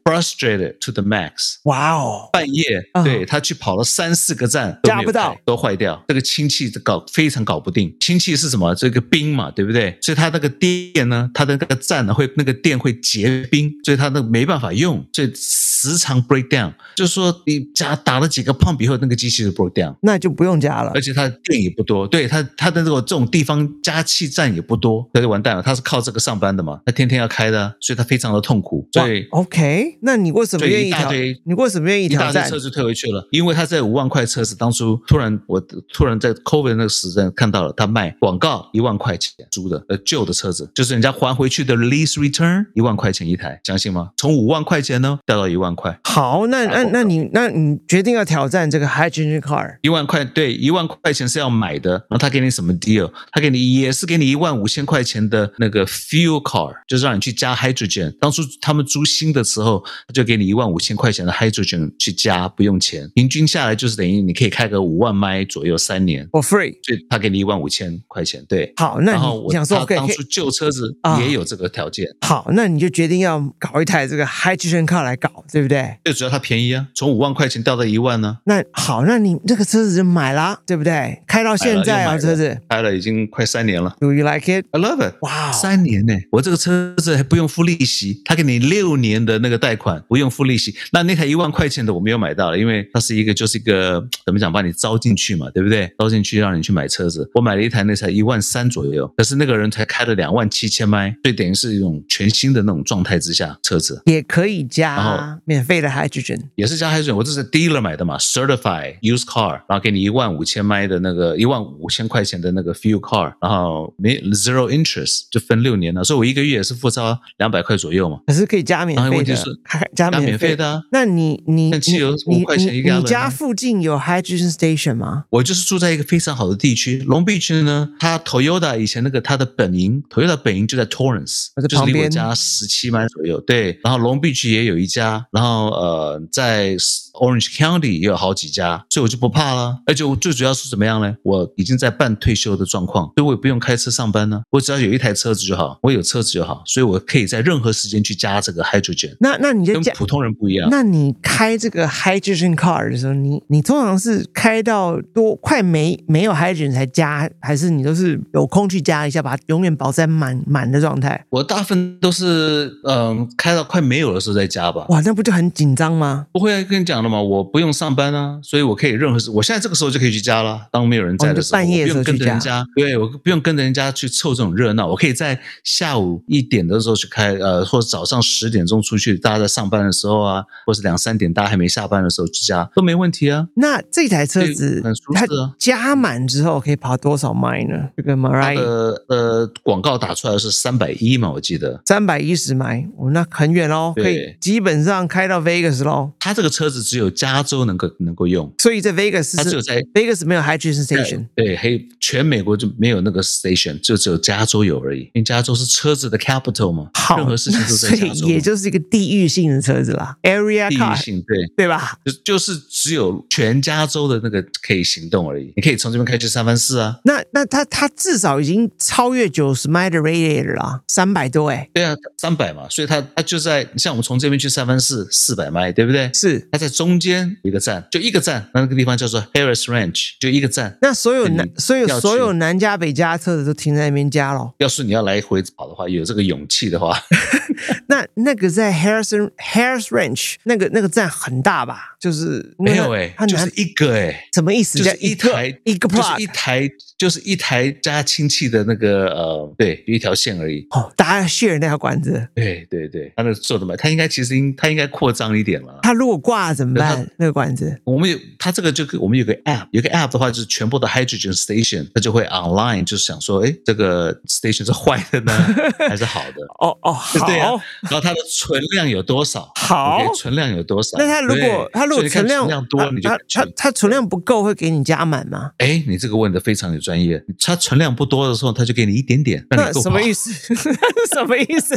Speaker 2: Mariah，frustrated to the max。
Speaker 1: 哇哦，
Speaker 2: 半夜，
Speaker 1: 啊
Speaker 2: 对他去跑了三四个站，都没有
Speaker 1: 加不到
Speaker 2: 开，都坏掉。这个亲戚搞非常搞不定，亲戚是什么？这个冰嘛，对不对？所以他那个电呢，他的那个站呢会那个电会结冰，所以他那个没办法用，所以时常 break down。就是说你加打了几个 pump 以后，那个机器就 break down。
Speaker 1: 那就不用加了
Speaker 2: 而。且它的电也不多，对它它的这种这种地方加气站也不多，那就完蛋了。他是靠这个上班的嘛，他天天要开的啊，所以他非常的痛苦。所以
Speaker 1: 哇 OK，那你为什么
Speaker 2: 所以
Speaker 1: 愿意
Speaker 2: 一大
Speaker 1: 挑
Speaker 2: 堆？
Speaker 1: 你为什么愿意
Speaker 2: 一大
Speaker 1: 挑
Speaker 2: 堆
Speaker 1: 战
Speaker 2: 车？就退回去了，因为他这五万块车子当初突然我突然在 COVID 那个时段看到了他卖广告一万块钱租的呃旧的车子，就是人家还回去的 lease return 一万块钱一台，相信吗？从五万块钱呢掉到一万块，
Speaker 1: 好，那那那你那你决定要挑战这个 hydrogen car，
Speaker 2: 一万块对一万块钱是要买的，然后他给你什么 deal？他给你也是给你一万五千块钱的那个 fuel car，就是让你去加 hydrogen。当初他们租新的时候，他就给你一万五千块钱的 hydrogen 去加，不用钱，平均下来就是等于你可以开个五万迈左右三年。
Speaker 1: for free。
Speaker 2: 所以他给你一万五千块钱，对。
Speaker 1: 好，那
Speaker 2: 然后
Speaker 1: 你
Speaker 2: 我
Speaker 1: 想说
Speaker 2: 他
Speaker 1: OK，
Speaker 2: 当
Speaker 1: 可以
Speaker 2: 初旧车子
Speaker 1: 啊
Speaker 2: 也有这个条件，
Speaker 1: 好，那你就决定要搞一台这个 hydrogen car 来搞，对对不对？
Speaker 2: 最主要它便宜啊，从五万块钱掉到一万呢、
Speaker 1: 那好，那你这个车子就买啦，对不对？开到现在
Speaker 2: 买
Speaker 1: 啊，
Speaker 2: 了
Speaker 1: 车子
Speaker 2: 开了已经快三年了。
Speaker 1: ，Do you like it？
Speaker 2: I love it，
Speaker 1: 哇哦
Speaker 2: 三年呢、我这个车子还不用付利息，他给你六年的那个贷款，不用付利息。那那台一万块钱的我没有买到了，因为它是一个就是一个怎么讲，把你招进去嘛，对不对？招进去让你去买车子，我买了一台那才一万三左右，可是那个人才开了两万七千迈，所以等于是一种全新的那种状态之下车子。
Speaker 1: 也可以
Speaker 2: 然
Speaker 1: 加免费的 hydrogen。
Speaker 2: 也是加海准，我这是 dealer 买的嘛，certify used car，然后给你一万五千迈的那个一万五千块钱的那个 fuel car，然后没 zero interest 就分六年了，所以我一个月也是付超两百块左右嘛。
Speaker 1: 可是可以加免
Speaker 2: 当然
Speaker 1: 费
Speaker 2: 问题
Speaker 1: 的
Speaker 2: 是，
Speaker 1: 还 (laughs) 加
Speaker 2: 加
Speaker 1: 免
Speaker 2: 免费
Speaker 1: 费。
Speaker 2: 的啊、
Speaker 1: 那你你
Speaker 2: 那
Speaker 1: 你
Speaker 2: 汽油
Speaker 1: 你
Speaker 2: 5块钱一
Speaker 1: 你
Speaker 2: gallon
Speaker 1: 你家
Speaker 2: 啊
Speaker 1: 附近有 hydrogen station 吗？
Speaker 2: 我就是住在一个非常好的地区，龙壁区呢，它 Toyota 以前那个它的本营，Toyota 本营就在 Torrance，
Speaker 1: 在
Speaker 2: 就是
Speaker 1: 旁
Speaker 2: 离我
Speaker 1: 边
Speaker 2: 家十七迈左右。对，然后龙壁区也有一家，然后呃，在 Orange County 也有好几家，所以我就不怕了。而且我最主要是怎么样呢？我已经在半退休的状况，所以我也不用开车上班呢，我只要有一台车子就好，我有车子就好，所以我可以在任何时间去加这个 hydrogen，
Speaker 1: 那那你的
Speaker 2: 跟
Speaker 1: 家，
Speaker 2: 普通人不一样。
Speaker 1: 那你开这个 hydrogen car 的时候，你你通常是开到多快没没有 hydrogen 才加，还是你都是有空去加一下，把它永远保在满满的状态？
Speaker 2: 我大部分都是嗯、开到快没有的时候再加吧。
Speaker 1: 哇，那不就很紧张吗？
Speaker 2: 不会啊跟你讲了嘛，我不用上班啊，所以我可以任何时，我现在这个时候就可以去加了。当没有人在的时候，
Speaker 1: 哦你就半夜
Speaker 2: 我
Speaker 1: 的时
Speaker 2: 不
Speaker 1: 候去
Speaker 2: 用跟
Speaker 1: 加
Speaker 2: 着人家，对我不用跟着人家去凑这种热闹，我可以在下午一点的时候去开，呃，或者早上十点钟出去，大家在上班的时候啊，或是两三点大家还没下班的时候去加都没问题啊。
Speaker 1: 那这台车子
Speaker 2: 对很舒适
Speaker 1: 它
Speaker 2: 啊
Speaker 1: 加满之后可以跑多少迈呢？这个
Speaker 2: 它
Speaker 1: Marai
Speaker 2: 的呃广告打出来是三百一嘛，我记得。
Speaker 1: 三百一十迈，哦，那很远喽，
Speaker 2: 对
Speaker 1: 可以基本上开到 Vegas 喽。
Speaker 2: 它这个车子只有加州能够能够用，
Speaker 1: 所以在 Vegas
Speaker 2: 它只有
Speaker 1: 是
Speaker 2: 在
Speaker 1: Vegas 没有 hydrogen station。
Speaker 2: 对，黑全美国就没有那个 station，就只有加州有而已。因为加州是车子的 capital 嘛，
Speaker 1: 好，
Speaker 2: 任何事情都在
Speaker 1: 所
Speaker 2: 加
Speaker 1: 以
Speaker 2: 州嘛。
Speaker 1: 也就是一个地域性的车子啦，area
Speaker 2: 地域
Speaker 1: car，
Speaker 2: 性对，
Speaker 1: 对吧？
Speaker 2: 就就是只有全加州的那个可以行动而已。你可以从这边开去三藩市啊，
Speaker 1: 那那它它至少已经超越九十迈的 radiator 啦，三百多哎、
Speaker 2: 对啊，三百嘛，所以它它就在像我们从这边去三藩市四百迈，对不对？
Speaker 1: 是。
Speaker 2: 它在中间一个站，就一个站，那个地方叫做 Harris Ranch，就一个站。
Speaker 1: 那所有南
Speaker 2: 嗯
Speaker 1: 所有
Speaker 2: 要去
Speaker 1: 所有南加北加车子都停在那边加咯。
Speaker 2: 要是你要来回跑的话，有这个勇气的话， (laughs)
Speaker 1: 那那个在 Harrison Harris Ranch 那个那个站很大吧？就是
Speaker 2: 没有哎、
Speaker 1: 哎、它
Speaker 2: 就是
Speaker 1: 南
Speaker 2: 一个哎、
Speaker 1: 什么意思？
Speaker 2: 就
Speaker 1: 叫
Speaker 2: 是一
Speaker 1: 个
Speaker 2: 台
Speaker 1: 一个
Speaker 2: 就是一
Speaker 1: plug
Speaker 2: 台就是一台加氢气的那个呃，对，一条线而已。
Speaker 1: 哦，大家 share 那条管子。
Speaker 2: 对对对，他那做的蛮，他应该其实应他应该扩张一点了。
Speaker 1: 它如果挂了怎么
Speaker 2: 对
Speaker 1: 办？那个管子
Speaker 2: 我们有他这个就我们有个 app，有个 app 的话就是全部的 hydrogen station，它就会 online，就是想说，哎，这个 station 是坏的呢还是好
Speaker 1: (laughs)
Speaker 2: 的？
Speaker 1: 哦哦好，
Speaker 2: 对啊，然后它的存量有多少？
Speaker 1: 好
Speaker 2: OK，存量有多少？
Speaker 1: 那它如果
Speaker 2: 对
Speaker 1: 它如
Speaker 2: 所
Speaker 1: 果
Speaker 2: 以你看
Speaker 1: 存量啊
Speaker 2: 多，你就
Speaker 1: 它它
Speaker 2: 去
Speaker 1: 它存量不够会给你加满吗？
Speaker 2: 哎，你这个问的非常有专业。它存量不多的时候，它就给你一点点，让
Speaker 1: 那
Speaker 2: 你够
Speaker 1: 什么
Speaker 2: 跑
Speaker 1: 意思？ (laughs) 什么意思？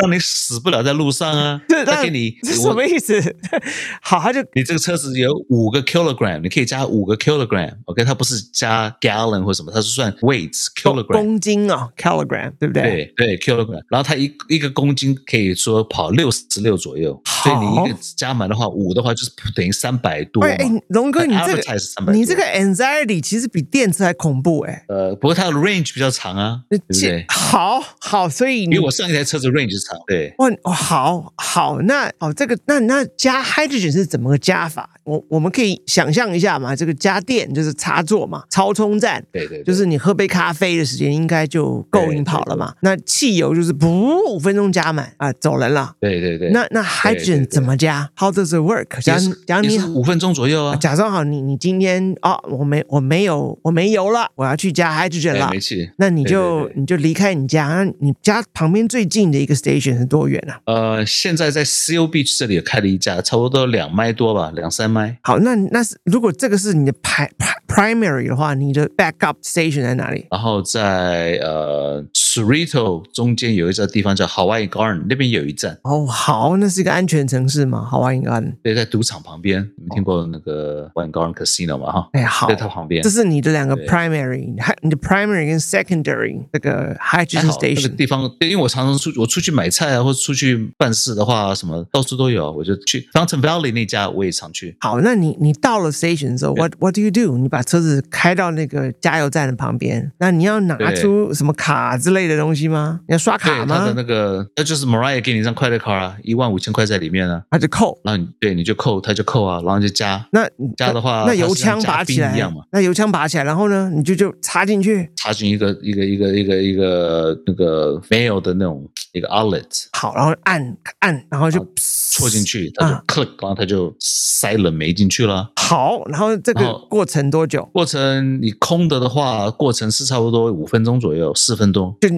Speaker 2: 让你死不了在路上
Speaker 1: (laughs)
Speaker 2: 啊！
Speaker 1: 这
Speaker 2: (laughs) 他
Speaker 1: 那
Speaker 2: 给你
Speaker 1: 这什么
Speaker 2: 我
Speaker 1: 意思？ (laughs) 好，他就
Speaker 2: 你这个车子有五个 kilogram，你可以加五个 kilogram，OK，、它不是加 gallon 或什么，它是算 weights
Speaker 1: 公
Speaker 2: kilogram。
Speaker 1: 公斤哦 kilogram，对不对？
Speaker 2: 对对，kilogram，然后它一一个公斤可以说跑六十六左右，所以你一个加满的话，五的话就是等于三百多嘛。
Speaker 1: 喂，哎，龙哥，
Speaker 2: 但
Speaker 1: 你这
Speaker 2: advertise 是
Speaker 1: 个
Speaker 2: 300
Speaker 1: 你这个 anxiety 其实比电车还恐怖哎。
Speaker 2: 呃，不过它的 range 比较长啊，对不对
Speaker 1: 这？好好，所以
Speaker 2: 比
Speaker 1: 你
Speaker 2: 我上一台车子 range 长，对。
Speaker 1: 哇，哦好好，那哦，这个那那加 hydrogen 是怎么个加法？我我们可以想象一下嘛，这个家电就是插座嘛，超充站，
Speaker 2: 对对对
Speaker 1: 就是你喝杯咖啡的时间应该就够
Speaker 2: 对
Speaker 1: 你
Speaker 2: 对
Speaker 1: 跑了嘛。那汽油就是噗五分钟加满啊，走人了。
Speaker 2: 对对对，
Speaker 1: 那那
Speaker 2: 对对
Speaker 1: hydrogen
Speaker 2: 对
Speaker 1: 怎么加？How does it work？假
Speaker 2: 也是
Speaker 1: 如假如
Speaker 2: 也
Speaker 1: 你
Speaker 2: 是五分钟左右啊，
Speaker 1: 假装好你你今天哦，我没我没有我没油了，我要去加 hydrogen
Speaker 2: 哎
Speaker 1: 了
Speaker 2: 没。气。
Speaker 1: 那你
Speaker 2: 对对
Speaker 1: 就
Speaker 2: 对
Speaker 1: 你就离开你家，那你家旁边最近的一个 station 是多远啊？
Speaker 2: 呃，现在在 CO Beach 这里也开了一家，差不多两麦多吧，两三麦。
Speaker 1: 好，那那是如果这个是你的 pri pri- primary 的话，你的 backup station 在哪里？
Speaker 2: 然后在呃 Cerrito 中间有一个地方叫 Hawaii Garden，那边有一站，
Speaker 1: 哦，好，那是一个安全城市嘛，好啊，应该。
Speaker 2: 对，在赌场旁边。你们听过那个 Hawaii Garden Casino 吗？哈，
Speaker 1: 哎，好
Speaker 2: 在，它旁边。
Speaker 1: 这是你的两个
Speaker 2: 对
Speaker 1: primary，还你的 primary 跟 secondary 这个
Speaker 2: 还
Speaker 1: hydrogen
Speaker 2: 哎好那个
Speaker 1: station。
Speaker 2: 地方，对，因为我常常出我出去买菜啊，或者出去办事的话，什么到处都有，我就去 Fountain Valley 那家我也常去。
Speaker 1: 好，那你你到了 station 之后，what what do you do？你把车子开到那个加油站的旁边，那你要拿
Speaker 2: 对
Speaker 1: 出什么卡之类的东西吗？你要刷卡
Speaker 2: 对，他
Speaker 1: 吗
Speaker 2: 的？那个，那就是 Mariah 给你一张 credit card 啊，一万五千块在里面啊，
Speaker 1: 还是扣？
Speaker 2: 然后你对你就扣，他就扣啊，然后就加。
Speaker 1: 那
Speaker 2: 加的话
Speaker 1: 那
Speaker 2: 它是
Speaker 1: 油枪
Speaker 2: 像加
Speaker 1: 拔起
Speaker 2: 冰
Speaker 1: 来
Speaker 2: 一样嘛，
Speaker 1: 那油枪拔起来，然后呢，你就就插进去。
Speaker 2: 查询一个一个一个一个一个那个 mail 的那种一个 outlet
Speaker 1: 好，然后按按，然后就
Speaker 2: 戳进去，它就
Speaker 1: 啊
Speaker 2: click，、然后它就塞冷媒进去了。
Speaker 1: 好，然后这
Speaker 2: 然
Speaker 1: 个
Speaker 2: 后
Speaker 1: 过程多久？
Speaker 2: 过程你空的的话，过程是差不多五分钟左右，四分钟，
Speaker 1: 就你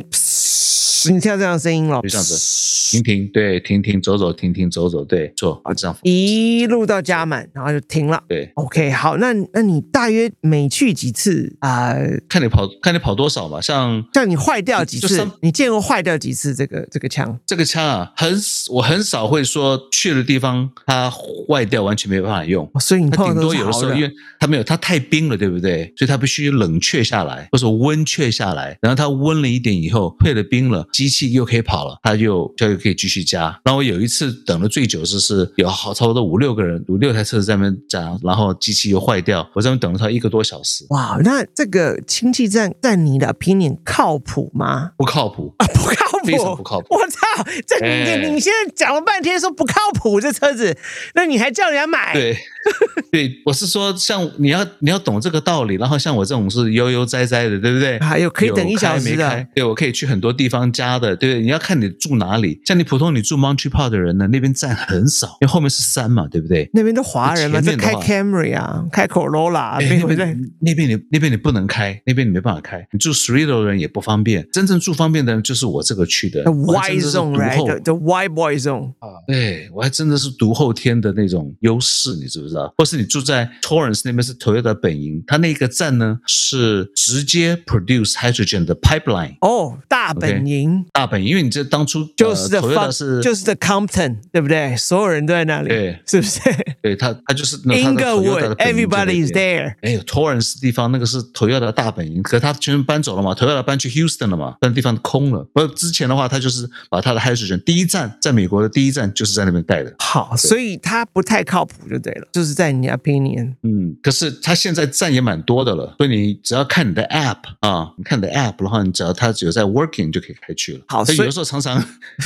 Speaker 1: 你听到这样的声音了，
Speaker 2: 就这样子，停停，对，停停走走，停停走走，对，做啊这样，
Speaker 1: 一路到加满，然后就停了。
Speaker 2: 对，
Speaker 1: OK，好，那那你大约每去几次啊、呃
Speaker 2: 看你跑看你跑多少嘛，像。
Speaker 1: 像你坏掉几
Speaker 2: 就
Speaker 1: 次
Speaker 2: 三？
Speaker 1: 你见过坏掉几次这个这个枪？
Speaker 2: 这个枪啊，很我很少会说去的地方它坏掉完全没办法用，
Speaker 1: 哦所以你
Speaker 2: 它
Speaker 1: 碰到都
Speaker 2: 顶多
Speaker 1: 是
Speaker 2: 有的
Speaker 1: 好
Speaker 2: 时候，因为它没有，它太冰了，对不对？所以它必须冷却下来，或者温却下来。然后它温了一点以后，退了冰了，机器又可以跑了，它又它又可以继续加。然后我有一次等了最久，就是有好差不多五六个人，五六台车子在那边加，然后机器又坏掉，我在那边等了它一个多小时，
Speaker 1: 哇，那这个氢气站在你的 opinion 靠谱吗？
Speaker 2: 不靠谱，
Speaker 1: 啊，不靠谱，
Speaker 2: 非常不靠谱。
Speaker 1: 我操！这你、
Speaker 2: 哎
Speaker 1: 你现在讲了半天说不靠谱这车子，那你还叫人家买？
Speaker 2: 对， (laughs) 对，我是说，像你要你要懂这个道理，然后像我这种是悠悠哉哉的，对不对？
Speaker 1: 还有可以等一小时的
Speaker 2: 有开没开对我可以去很多地方加的，对不对？你要看你住哪里，像你普通你住 Montreal 的人呢，那边站很少，因为后面是山嘛，对不对？
Speaker 1: 那边都华人嘛，
Speaker 2: 前
Speaker 1: 这
Speaker 2: 面的
Speaker 1: 开
Speaker 2: 话
Speaker 1: Camry 啊，开 Corolla，
Speaker 2: 哎
Speaker 1: 没有
Speaker 2: 那
Speaker 1: 在
Speaker 2: 边那边你那边你不能开，那边你没办法开。你住 s r i d o 的人也不方便，真正住方便的人就是我这个区的
Speaker 1: the
Speaker 2: 我还
Speaker 1: Y
Speaker 2: 真的是独
Speaker 1: zone right
Speaker 2: 厚
Speaker 1: the, the Y boy zone。
Speaker 2: 对我还真的是独厚天的那种优势，你知不知道？或是你住在 Torrance 那边是 Toyota 本营，它那个站呢是直接 produce hydrogen 的 pipeline
Speaker 1: 哦，大
Speaker 2: OK
Speaker 1: 本营
Speaker 2: 大本营，因为你这当初
Speaker 1: 就
Speaker 2: 呃
Speaker 1: 是 the
Speaker 2: Toyota
Speaker 1: fun，
Speaker 2: 是
Speaker 1: 就是 the Compton，对不对？所有人都在那里，
Speaker 2: 对
Speaker 1: 是不是
Speaker 2: 对它它就是那它的 Toyota 的本营就在那边
Speaker 1: ？Inglewood，everybody is there。
Speaker 2: 哎有 Torrance 地方那个是 Toyota 的大本营，可它全搬走了嘛，Toyota 搬去 Houston 了嘛，那地方空了。不，之前的话，它就是把它的 hydrogen 第一站在美国的第一站就是在那边盖的。
Speaker 1: 好，所以它不太靠谱就对了，就是在你的 opinion。
Speaker 2: 嗯，可是它现在站也蛮多的了，所以你只要看你的 app 啊，你看你的 app，然后你只要它只有在 working 就可以开去了。
Speaker 1: 好
Speaker 2: 所以
Speaker 1: 所以
Speaker 2: 有的时候常 (laughs) 常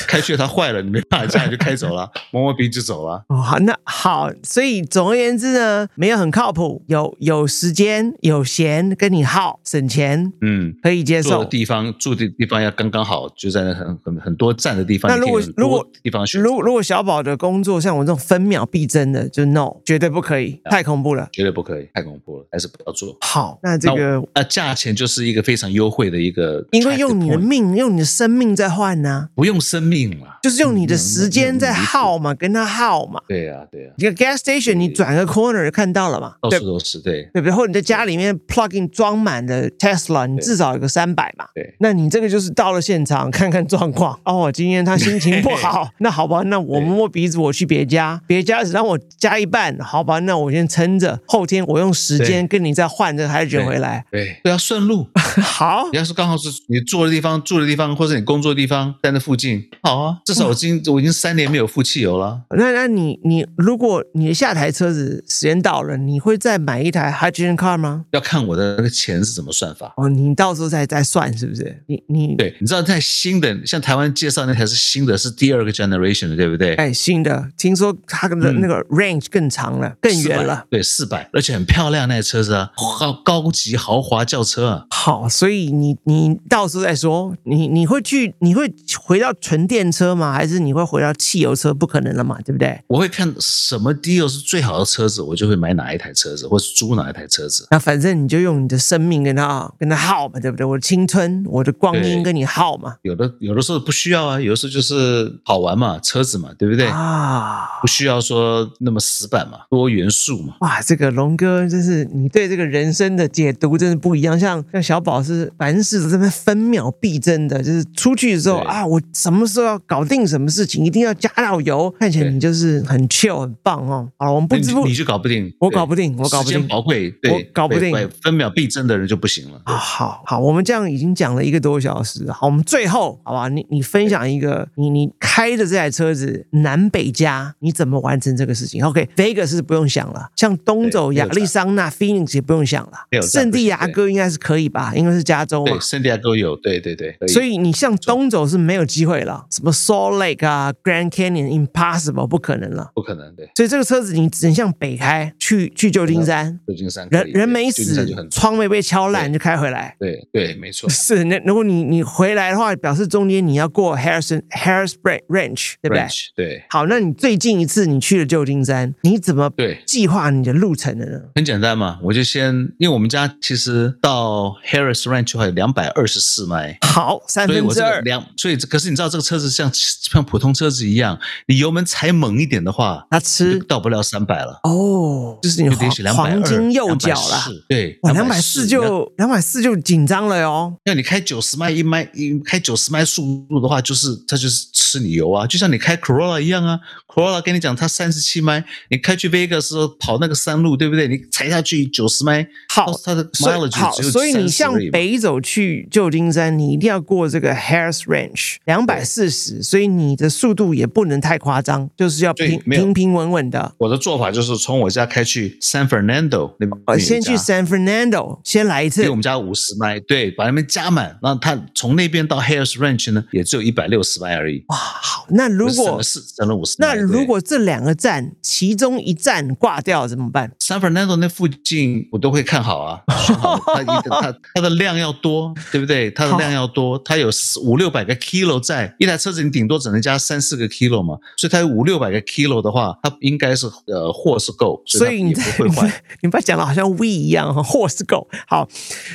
Speaker 2: 开去它坏了，你没办法加，你就开走了，摸摸鼻子走了。
Speaker 1: 哦，好，那好，所以总而言之呢，没有很靠谱，有有时间有闲跟你耗省钱
Speaker 2: 嗯，
Speaker 1: 可以接
Speaker 2: 住的
Speaker 1: 受。
Speaker 2: 地方住的地方要刚刚好，就在那很很很多站的地方。
Speaker 1: 那
Speaker 2: 你可以
Speaker 1: 如果如
Speaker 2: 有很
Speaker 1: 果
Speaker 2: 多地方选择，
Speaker 1: 如如果小宝的工作像我这种分秒必争的，就 no，绝对不可以，太恐怖了。
Speaker 2: 绝对不可以，太恐怖了，还是不要做。
Speaker 1: 好，那这
Speaker 2: 那
Speaker 1: 个
Speaker 2: 我那价钱就是一个非常优惠的一个 attractive point，
Speaker 1: 因为用你的命，用你的生命在换啊呢、
Speaker 2: 不用生命了，
Speaker 1: 就是用
Speaker 2: 嗯
Speaker 1: 你的时间在耗
Speaker 2: 耗。
Speaker 1: 嘛，跟他耗嘛。
Speaker 2: 对呀、对呀、
Speaker 1: 你个 gas station，你转个 corner 就看到了嘛，
Speaker 2: 到
Speaker 1: 对
Speaker 2: 处都是，对
Speaker 1: 对不对？或者你在家里面 plug in 装满了 Tesla，你
Speaker 2: 对
Speaker 1: 至少有个三百嘛。
Speaker 2: 对。
Speaker 1: 那你这个就是到了现场 (laughs) 看看状况哦，今天他心情不好， (laughs) 那好吧，那我摸摸鼻子，我去别家，别家只让我加一半，好吧，那我先撑着，后天我用时间跟你再换这个 h y d r
Speaker 2: 对
Speaker 1: 回来。
Speaker 2: 对对啊，顺
Speaker 1: (laughs)
Speaker 2: 路。
Speaker 1: 好
Speaker 2: 你，要是刚好是你住的地方、住的地方，或者你工作的地方在那附近，好啊。至少我已经、我已经三年没有付汽油了。
Speaker 1: 那那你你如果你的下台车子时间到了，你会再买一台 hydrogen car 吗？
Speaker 2: 要看我的那个钱是怎么算法。
Speaker 1: 哦，你到时候再再算是不是？你你
Speaker 2: 对，你知道在新的，像台湾介绍那台是新的，是第二个 generation 的，对不对？
Speaker 1: 哎，新的，听说它的那个 range 更长了，更远了。
Speaker 2: 对，嗯四百，而且很漂亮，那台车子啊，高高级豪华轿车啊。
Speaker 1: 好，所以你你到时候再说，你你会去，你会回到纯电车吗？还是你会回到汽油车？不可能了嘛，对不对？
Speaker 2: 我会看什么 deal 是最好的车子，我就会买哪一台车子，或是租哪一台车子。
Speaker 1: 那反正你就用你的生命跟他跟他耗嘛，对不对？我的青春，我的光阴
Speaker 2: 对
Speaker 1: 跟你耗嘛。
Speaker 2: 有的的有的时候不需要啊，有的时候就是好玩嘛，车子嘛，对不对？
Speaker 1: 啊
Speaker 2: 不，需要说那么死板嘛，多元素嘛。
Speaker 1: 哇，这个龙哥真是你对这个人生的解读真是不一样。像像小宝是凡事这边分秒必争的，就是出去之后
Speaker 2: 对
Speaker 1: 啊，我什么时候要搞定什么事情，一定要加到油。看起来
Speaker 2: 对
Speaker 1: 你就是很 chill 很棒哦。好了，我们不知不
Speaker 2: 你你就搞不定，
Speaker 1: 我
Speaker 2: 对
Speaker 1: 搞不定我搞不定
Speaker 2: 时间宝贵，对，
Speaker 1: 我搞不定
Speaker 2: 对对分秒必争的人就不行了。
Speaker 1: 啊，好好，我们这样已经讲了一个多小时，好，我们最后好吧，你你分享一个，你你开着这台车子南北加，你怎么完成这个事情？OK，Vegas、是不用想了，像东走
Speaker 2: 对
Speaker 1: 亚
Speaker 2: 没有
Speaker 1: 利桑那、Phoenix 也不用想
Speaker 2: 没
Speaker 1: 了，
Speaker 2: 有这
Speaker 1: 圣
Speaker 2: 样不行
Speaker 1: 地亚哥应该是可以吧，因为是加州嘛
Speaker 2: 对，。圣地亚哥有，对对对，可
Speaker 1: 所以你向东走是没有机会了，什么 Salt Lake 啊、Grand Canyon impossible 不可能了。
Speaker 2: 不可能，对，
Speaker 1: 所以这个车子你只能向北开，去去旧金山，
Speaker 2: 旧金山可以
Speaker 1: 人人没
Speaker 2: 对旧金山
Speaker 1: 死
Speaker 2: 就很，
Speaker 1: 窗没被敲烂就开回来。，
Speaker 2: 对对，没
Speaker 1: (laughs)
Speaker 2: 错
Speaker 1: 是，那如果你你回来的话，表示中间你要过 Harrison Harris Ranch，对不对
Speaker 2: Ranch，对，
Speaker 1: 好，那你最近一次你去了旧金山，你怎么
Speaker 2: 对
Speaker 1: 计划你的路程的呢？
Speaker 2: 很简单嘛，我就先，因为我们家其实到 Harris Ranch 还有两百二十四迈。
Speaker 1: 好，三
Speaker 2: 所以
Speaker 1: 分
Speaker 2: 我
Speaker 1: 之
Speaker 2: 这个
Speaker 1: 二
Speaker 2: 两，所以可是你知道这个车子像像普通车子一样，你油门踩猛一点的话，
Speaker 1: 它
Speaker 2: 就
Speaker 1: 吃
Speaker 2: 到不了三百了，
Speaker 1: 哦，就是你
Speaker 2: 就得写两
Speaker 1: 黄
Speaker 2: 百
Speaker 1: 黄金右脚啦。
Speaker 2: 了。对，
Speaker 1: 哇，两
Speaker 2: 两
Speaker 1: 百四就两百四就紧张了哟。
Speaker 2: 那你开九十迈一迈一开九十迈速度的话，就是它就是吃你油啊，就像你开 Corolla 一样啊。Corolla 跟你讲它三十七迈，你开去 Vegas 的时候跑那个山路，对不对？你踩下去九十迈，
Speaker 1: 好
Speaker 2: 到它的
Speaker 1: 所以
Speaker 2: mileage
Speaker 1: 好，
Speaker 2: 只有
Speaker 1: 所以你
Speaker 2: 30
Speaker 1: 向
Speaker 2: 而已嘛
Speaker 1: 北走去旧金山，你一定要过这个 Harris Ranch 两百四十，所以你的速度也不能太夸张，就是要
Speaker 2: 对
Speaker 1: 平
Speaker 2: 没有
Speaker 1: 平平稳稳的。
Speaker 2: 我的做法就是从我家开去 San Fernando 那边，
Speaker 1: 呃，先去 San Fernando 先来一次
Speaker 2: 离我，们家五十迈，对，把那边加满，那它从那边到 Harris Ranch 呢，也只有一百六十迈而已。
Speaker 1: 哇，好，那如
Speaker 2: 省
Speaker 1: 果
Speaker 2: 了四省了五十，
Speaker 1: 那如果这两个站其中一站挂掉怎么办？
Speaker 2: San Fernando 那附近我都会看好
Speaker 1: (laughs)
Speaker 2: 啊，选好它一个它它的量要多，对不对？它的量要多，它有四五六百个 kilo 在一台车子，你顶多只能加三四个 kilo 嘛，所以它有五六百个 kilo 的话，它应该是呃货是够，
Speaker 1: 所以
Speaker 2: 以它
Speaker 1: 你
Speaker 2: 也
Speaker 1: 在
Speaker 2: 不会 (laughs) 坏。
Speaker 1: (laughs) 你把它讲的好像 we 一样， (laughs) 货是够好。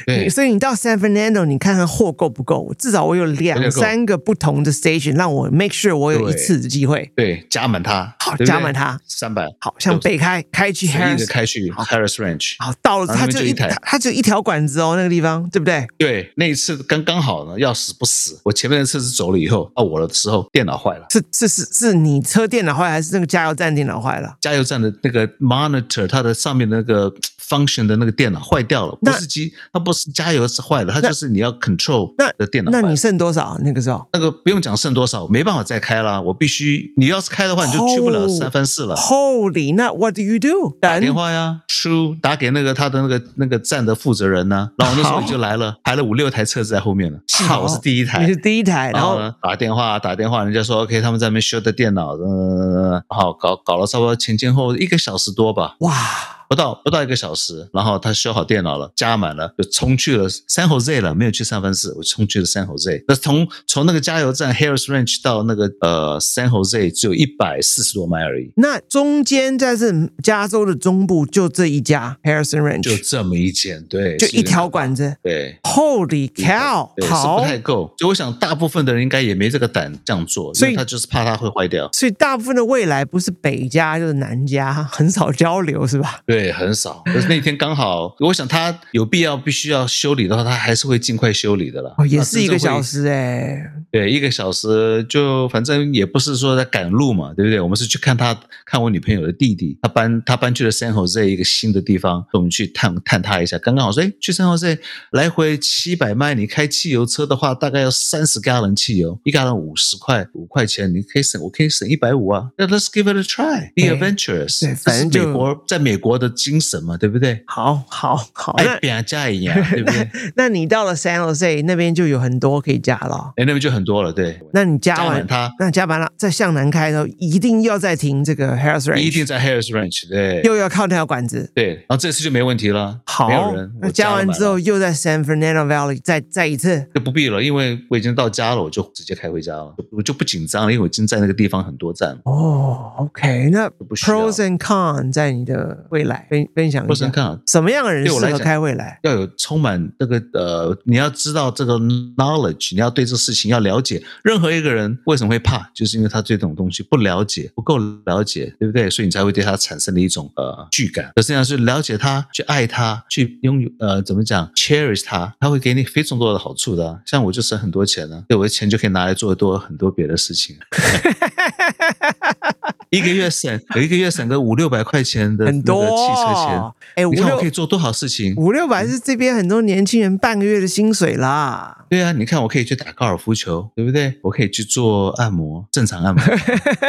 Speaker 2: 对
Speaker 1: 你所以你到 San Fernando，你看看货够不够？至少我有两
Speaker 2: 够
Speaker 1: 三个不同的 station，让我 make sure 我有一
Speaker 2: 对
Speaker 1: 次的机会。
Speaker 2: 对，加满它，
Speaker 1: 好
Speaker 2: 对不对
Speaker 1: 加满它
Speaker 2: 三百，
Speaker 1: 好像北开开去
Speaker 2: 随意的
Speaker 1: Harris，
Speaker 2: 开去 Harris Ranch。
Speaker 1: 好到了
Speaker 2: 然后
Speaker 1: 它
Speaker 2: 那
Speaker 1: 就
Speaker 2: 边就
Speaker 1: 一
Speaker 2: 一台
Speaker 1: 它它就一条管子哦，那个地方对不对？
Speaker 2: 对，那一次刚刚好呢，要死不死。我前面的车子走了以后，到啊我的时候，电脑坏了。
Speaker 1: 是是是是你车电脑坏还是那个加油站电脑坏了？
Speaker 2: 加油站的那个 monitor，它的上面那个 function 的那个电脑坏掉了，
Speaker 1: 那
Speaker 2: 不是机，它不是加油是坏了，它
Speaker 1: 那
Speaker 2: 就是你要 control
Speaker 1: 那
Speaker 2: 的电脑坏
Speaker 1: 那
Speaker 2: 了。
Speaker 1: 你剩多少那个时候？
Speaker 2: 那个不用讲剩多少，没办法再开了。我必须，你要是开的话，你就去不
Speaker 1: 哦
Speaker 2: 了三番四了。
Speaker 1: Holy，那 What do you do？
Speaker 2: 打电
Speaker 1: 等
Speaker 2: 话呀，True，打给那个他的那个那个站的负责人
Speaker 1: (laughs)
Speaker 2: 呢、然后那时候
Speaker 1: 好
Speaker 2: 我就来了，排了五六台车子在后面了。幸好我是第一台，嗯
Speaker 1: 你是第一台，然
Speaker 2: 然后
Speaker 1: 后
Speaker 2: 呢，打电话打电话，人家说 OK，他们在那边修的电脑，嗯，好搞搞了差不多前前后后一个小时多吧，
Speaker 1: 哇，
Speaker 2: 不到不到一个小时，然后他修好电脑了，加满了，就冲去了 San Jose 了，没有去三藩市，我冲去了 San Jose。那从从那个加油站 Harris Ranch 到那个呃 San Jose 只有一百四十多迈而已，
Speaker 1: 那中间在这加州的中部就这一家 Harrison
Speaker 2: 就
Speaker 1: Ranch，
Speaker 2: 这么一件，对，
Speaker 1: 就是一条管
Speaker 2: 子，
Speaker 1: 子。
Speaker 2: 对。
Speaker 1: Holy cow！
Speaker 2: 对，是
Speaker 1: 好
Speaker 2: 不，太够，所以我想大部分的人应该也没这个胆这样做，
Speaker 1: 所以
Speaker 2: 因为他就是怕它会坏掉。
Speaker 1: 所以大部分的未来不是北加就是南加，很少交流是吧？
Speaker 2: 对，很少。可是那天刚好，我想他有必要必须要修理的话，他还是会尽快修啊理的啦。
Speaker 1: 哦，也是一个小
Speaker 2: 时，
Speaker 1: 时哎、
Speaker 2: 对，一个小时就反正也不是说在赶路嘛，对不对？我们是去看他，看我女朋友的弟弟，他搬他搬去了 San Jose 一个新的地方，我们去探探他一下。刚刚好说，哎，去 San Jose 来回七百迈，你开汽油车的话，大概要三十 gallon 汽油，一 gallon 五十块，五块钱，你可以省，我可以省一百五啊。那 Let's give it a try, be
Speaker 1: 哎
Speaker 2: adventurous。
Speaker 1: 对反正
Speaker 2: 这是
Speaker 1: 就
Speaker 2: 美国在美国的精神嘛，对不对？
Speaker 1: 好好好，
Speaker 2: 爱
Speaker 1: 那
Speaker 2: 变价一样，对
Speaker 1: (laughs)
Speaker 2: 不对？
Speaker 1: 那你到了 San Jose 那边就有很多可以加了哦。
Speaker 2: 哎，那边就很多了，对。
Speaker 1: 那你加
Speaker 2: 加
Speaker 1: 完
Speaker 2: 满它，
Speaker 1: 那加完了再向南开的时候，一定要再停这个 Harris
Speaker 2: 一定
Speaker 1: Ranch，
Speaker 2: 在 Harris Ranch，对
Speaker 1: 又要靠那条管子。
Speaker 2: 对。然后这次就没问题了，
Speaker 1: 好
Speaker 2: 没有人，。
Speaker 1: 那
Speaker 2: 我
Speaker 1: 加
Speaker 2: 了
Speaker 1: 完
Speaker 2: 满
Speaker 1: 之后
Speaker 2: 了
Speaker 1: 又在 San Fernando Valley 再再一次，
Speaker 2: 就不必了，因为我已经到家了，我就直接开回家了，我就不紧张了，因为我已经在那个地方很多站了。
Speaker 1: 哦，OK，那
Speaker 2: 不需要
Speaker 1: pros and cons 在你的未来分分享一
Speaker 2: Pros
Speaker 1: 下
Speaker 2: and cons
Speaker 1: 什么样的人
Speaker 2: 对我
Speaker 1: 适
Speaker 2: 来
Speaker 1: 合
Speaker 2: 讲
Speaker 1: 开未来？
Speaker 2: 要有充满这个呃，你要知道这个 knowledge，你要对这个事情要了了解。任何一个人为什么会怕，就是因为他对这种东西不了解，不够了解，对不对？所以你才会对他产生了一种呃惧感。可是你要是了解他，去爱他，去拥有呃怎么讲，cherish 他，他会给你非常多的好处的啊、像我就省很多钱了、啊对我的钱就可以拿来做多很多别的事情。 (laughs) 一个月省，有一个月省个五六百块钱的
Speaker 1: 很多
Speaker 2: 那个汽车钱，
Speaker 1: 哎，五
Speaker 2: 你看我可以
Speaker 1: 六
Speaker 2: 做多少事情？
Speaker 1: 五六百是这边很多年轻人半个月的薪水啦。
Speaker 2: 对啊，你看我可以去打高尔夫球，对不对？我可以去做按摩，正常按摩。 (laughs)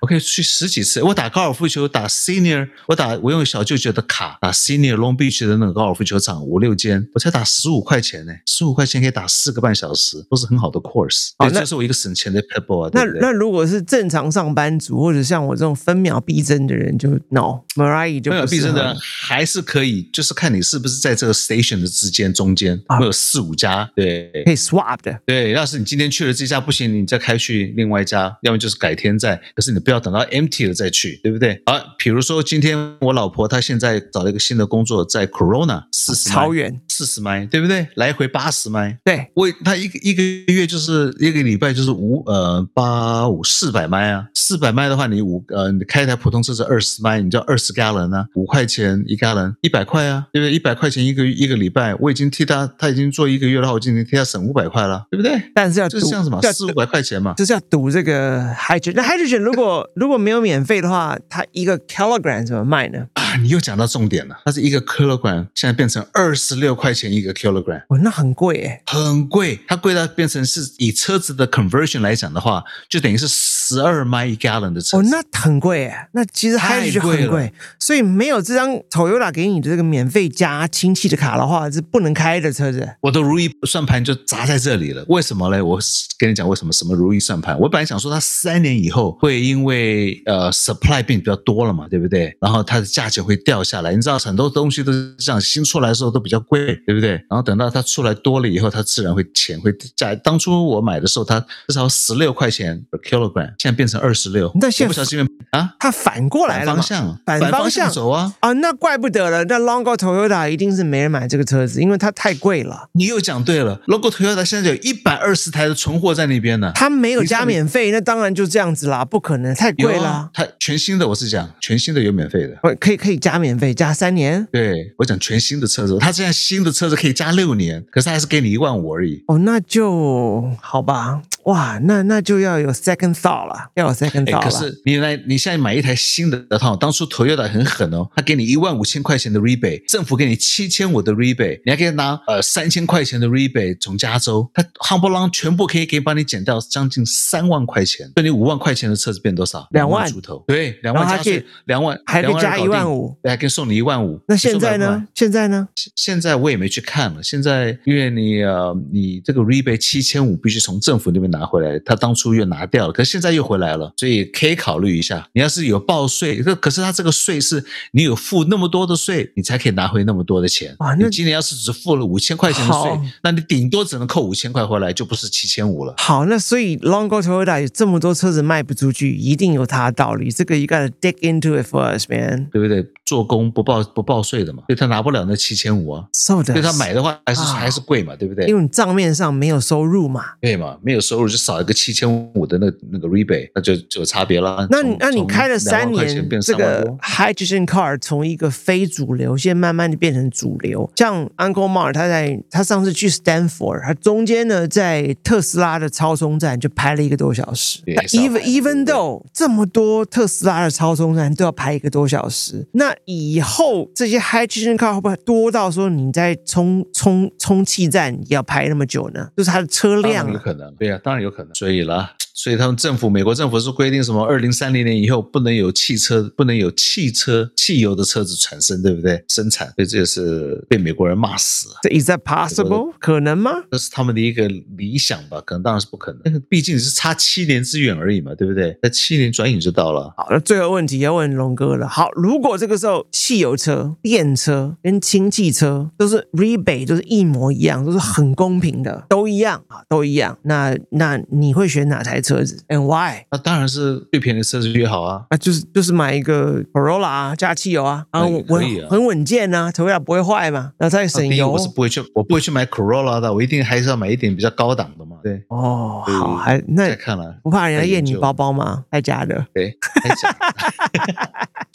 Speaker 2: 我可以去十几次。我打高尔夫球，打 senior，我打我用小舅舅的卡打 senior Long Beach 的那个高尔夫球场五六间，我才打十五块钱呢、十五块钱可以打四个半小时，都是很好的 course。
Speaker 1: 哦
Speaker 2: 对，
Speaker 1: 那
Speaker 2: 这是我一个省钱的 pebble 啊，
Speaker 1: 那
Speaker 2: 对不对
Speaker 1: 那如果是正常上班族，或者像我这种分秒必争的人，就 no，Mariah 就
Speaker 2: 没有
Speaker 1: 不
Speaker 2: 必
Speaker 1: 适合
Speaker 2: 胜的啊还是可以，就是看你是不是在这个 station 的之间中间
Speaker 1: 啊
Speaker 2: 会有四五家，对，
Speaker 1: 可以 swap 的。
Speaker 2: 对，要是你今天去了这家不行，你再开去另外一家，要么就是改天再。可是你不要等到 empty 了再去，对不对？啊，比如说今天我老婆她现在找了一个新的工作，在 Corona 四十
Speaker 1: 超远，
Speaker 2: 四十迈，对不对？来回八十迈。
Speaker 1: 对，
Speaker 2: 我她一个一个月就是一个礼拜就是五呃八五四百迈啊，四百迈的话你五呃你开一台普通车是二十迈，你就二十 gallon 啊，五块钱一 gallon，一百块啊，对不对？一百块钱一个一个礼拜，我已经替她她已经做一个月了，我已经替她省五百块了，对不对？
Speaker 1: 但是要
Speaker 2: 就是
Speaker 1: 赌
Speaker 2: 这样子嘛，
Speaker 1: 要
Speaker 2: 四五百块钱嘛。
Speaker 1: 就是要赌这个 hydrogen。那 hydrogen 如
Speaker 2: (laughs)
Speaker 1: 果如果没有免费的话，它一个 kilogram 怎么卖呢？
Speaker 2: 啊，你又讲到重点了，它是一个 kilogram，现在变成二十六块钱一个 kilogram，
Speaker 1: 哦，那很贵诶。
Speaker 2: 很贵。它贵到变成是以车子的 conversion 来讲的话，就等于是十二 mile a gallon 的车
Speaker 1: 哦，
Speaker 2: 子。
Speaker 1: 那很贵诶，那其实
Speaker 2: 太
Speaker 1: hydrogen
Speaker 2: 贵
Speaker 1: 很
Speaker 2: 了
Speaker 1: 贵，所以没有这张 Toyota 给你的这个免费加氢气的卡的话，是不能开的车子。
Speaker 2: 我的如意算盘就砸在这里了。为什么嘞？我跟你讲为什么什么如意算盘。我本来想说它三年以后会因为呃 supply 变比较多了嘛，对不对？然后它的价钱会掉下来。你知道很多东西都是这样，新出来的时候都比较贵，对不对？然后等到它出来多了以后，它自然会钱会价。当初我买的时候，它至少十六块钱 per kilogram，现在变成二十六。
Speaker 1: 那现在
Speaker 2: 我不小心啊，
Speaker 1: 它反过来
Speaker 2: 反
Speaker 1: 了嘛
Speaker 2: 方向，
Speaker 1: 反
Speaker 2: 反
Speaker 1: 方
Speaker 2: 方
Speaker 1: 向
Speaker 2: 向走啊。
Speaker 1: 啊，那怪不得了。那 Longo Toyota 一定是没人买这个车子，因为它太贵了，
Speaker 2: 你又讲对了，Logo Toyota 现在有一百二十台的存货在那边呢。
Speaker 1: 它没有
Speaker 2: 你
Speaker 1: 加
Speaker 2: 看你
Speaker 1: 免费，那当然就这样子啦，不可能，太
Speaker 2: 有
Speaker 1: 贵
Speaker 2: 啊
Speaker 1: 啦。，
Speaker 2: 它全新的我是讲全新的有免费的。
Speaker 1: 不可以可以加免费，加三年。
Speaker 2: 对我讲全新的车子，它现在新的车子可以加六年，可是它还是给你一万五而已。
Speaker 1: 哦，那就好吧。哇，那那就要有 second thought 了，要有 second
Speaker 2: 哎，
Speaker 1: thought 了。
Speaker 2: 可是你来，你现在买一台新的套，当初 Toyota 很狠哦，他给你一万五千块钱的 rebate，政府给你七千五的 rebate，你还可以拿呃三千块钱的 rebate 从加州，他夯不啷全部可以给帮你减掉将近三万块钱，对你五万块钱的车子变多少？
Speaker 1: 两万
Speaker 2: 出头，对，两万
Speaker 1: 然后还
Speaker 2: 加
Speaker 1: 可以
Speaker 2: 税，两万
Speaker 1: 还可以加一万，五。
Speaker 2: 对还可以送你一万五。
Speaker 1: 那
Speaker 2: 你说
Speaker 1: 现在
Speaker 2: 买不买
Speaker 1: 呢？现在呢？
Speaker 2: 现现在我也没去看了。现在因为你呃，你这个 rebate 七千五必须从政府那边拿回来，他当初又拿掉了，可是现在又回来了，所以可以考虑一下。你要是有报税，可可是他这个税是你有付那么多的税，你才可以拿回那么多的钱。
Speaker 1: 哇那
Speaker 2: 你今年要是只付了五千块钱的税
Speaker 1: 好，
Speaker 2: 那你顶多只能扣五千块回来，就不是七千五了。
Speaker 1: 好，那所以 Longo Toyota 有这么多车子卖不出去，一定有它的道理。这个 you gotta dig into it for us, man.
Speaker 2: 对不对？做工不报不报税的嘛，所以他拿不了那七千五啊。
Speaker 1: So 的，
Speaker 2: 对他买的话还是、
Speaker 1: 啊
Speaker 2: 还是贵嘛，对不对？
Speaker 1: 因为你账面上没有收入嘛。
Speaker 2: 对嘛，没有收入就少一个七千五的那那个 rebate，那就就有差别了。
Speaker 1: 那你
Speaker 2: 从
Speaker 1: 那你
Speaker 2: 从
Speaker 1: 开了三
Speaker 2: 2万块钱
Speaker 1: 年，
Speaker 2: 变
Speaker 1: 这
Speaker 2: 3万
Speaker 1: 个
Speaker 2: 多
Speaker 1: hydrogen car 从一个非主流，现在慢慢的变成主流。像 Uncle Mark 他在他上次去 Stanford，他中间呢在特斯拉的超充站就排了一个多小时。
Speaker 2: 对
Speaker 1: 那
Speaker 2: 也是要
Speaker 1: even
Speaker 2: 排
Speaker 1: even
Speaker 2: 对
Speaker 1: though 这么多特斯拉的超充站都要排一个多小时，那以后这些 hydrogen car 会不会多到说你在充充充气站也要排那么久呢？就是它的车
Speaker 2: 当
Speaker 1: 辆
Speaker 2: 然有
Speaker 1: 啊。
Speaker 2: 可能，对呀、当然有可能。所以啦，所以他们政府，美国政府是规定什么，二零三零年以后不能有汽车，不能有汽车汽油的车子产生，对不对？生产，所以这也是被美国人骂死。啊
Speaker 1: So Is that possible？可能吗？
Speaker 2: 这是他们的一个理想吧，可能当然是不可能，但是毕竟是差七年之远而已嘛，对不对？那七年转眼就到了。
Speaker 1: 好，那最后问题要问龙哥了。好，如果这个时候汽油车、电车跟氢气车都是 rebate，都是一模一样，都是很公平的，都一样啊，都一样。那那你会选哪台车子，and why？
Speaker 2: 那当然是越便宜的车子越好啊。
Speaker 1: 啊，就是就是买一个 Corolla 啊，加汽油啊，啊，
Speaker 2: 哎可以
Speaker 1: 稳
Speaker 2: 啊
Speaker 1: 很稳健呐、啊，车架不会坏嘛，然后再
Speaker 2: 那
Speaker 1: 省
Speaker 2: 啊第一，
Speaker 1: 油
Speaker 2: 我。是不会去，我不会去买 Corolla 的，我一定还是要买一点比较高档的嘛。对，
Speaker 1: 哦，好，
Speaker 2: 嗯
Speaker 1: 还
Speaker 2: 再
Speaker 1: 那
Speaker 2: 看了，
Speaker 1: 不怕人家
Speaker 2: 再
Speaker 1: 验
Speaker 2: 研
Speaker 1: 你
Speaker 2: 究啊
Speaker 1: 包包吗？在家的，
Speaker 2: 对，还讲 (laughs)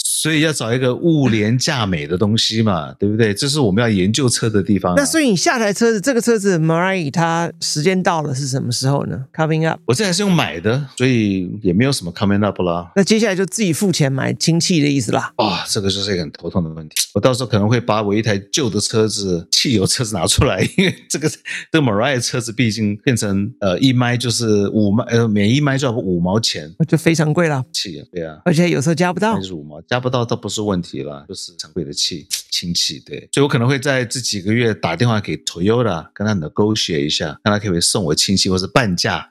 Speaker 2: 所以要找一个物廉价美的东西嘛，对不对？这是我们要研究车的地方啊、
Speaker 1: 那所以你下台车子，这个车子 Marai 它时间到了是什么时候呢？Coming up。
Speaker 2: 我这还是用买的，所以也没有什么 coming up 啦。
Speaker 1: 那接下来就自己付钱买氢气的意思啦。
Speaker 2: 啊、这个就是一个很头痛的问题。我到时候可能会把我一台旧的车子、汽油车子拿出来，因为这个这个 Mariah 车子毕竟变成呃一麦就是五麦，呃每一麦就要五毛钱
Speaker 1: 就非常贵啦，
Speaker 2: 汽油，对啊。
Speaker 1: 而且有时候加不到
Speaker 2: 三。十五毛，加不到倒不是问题了，就是常规的气氢气，对，所以我可能会在这几个月打电话给 Toyota，跟他 negotiate 一下，看他可不可以送我氢气或是半价，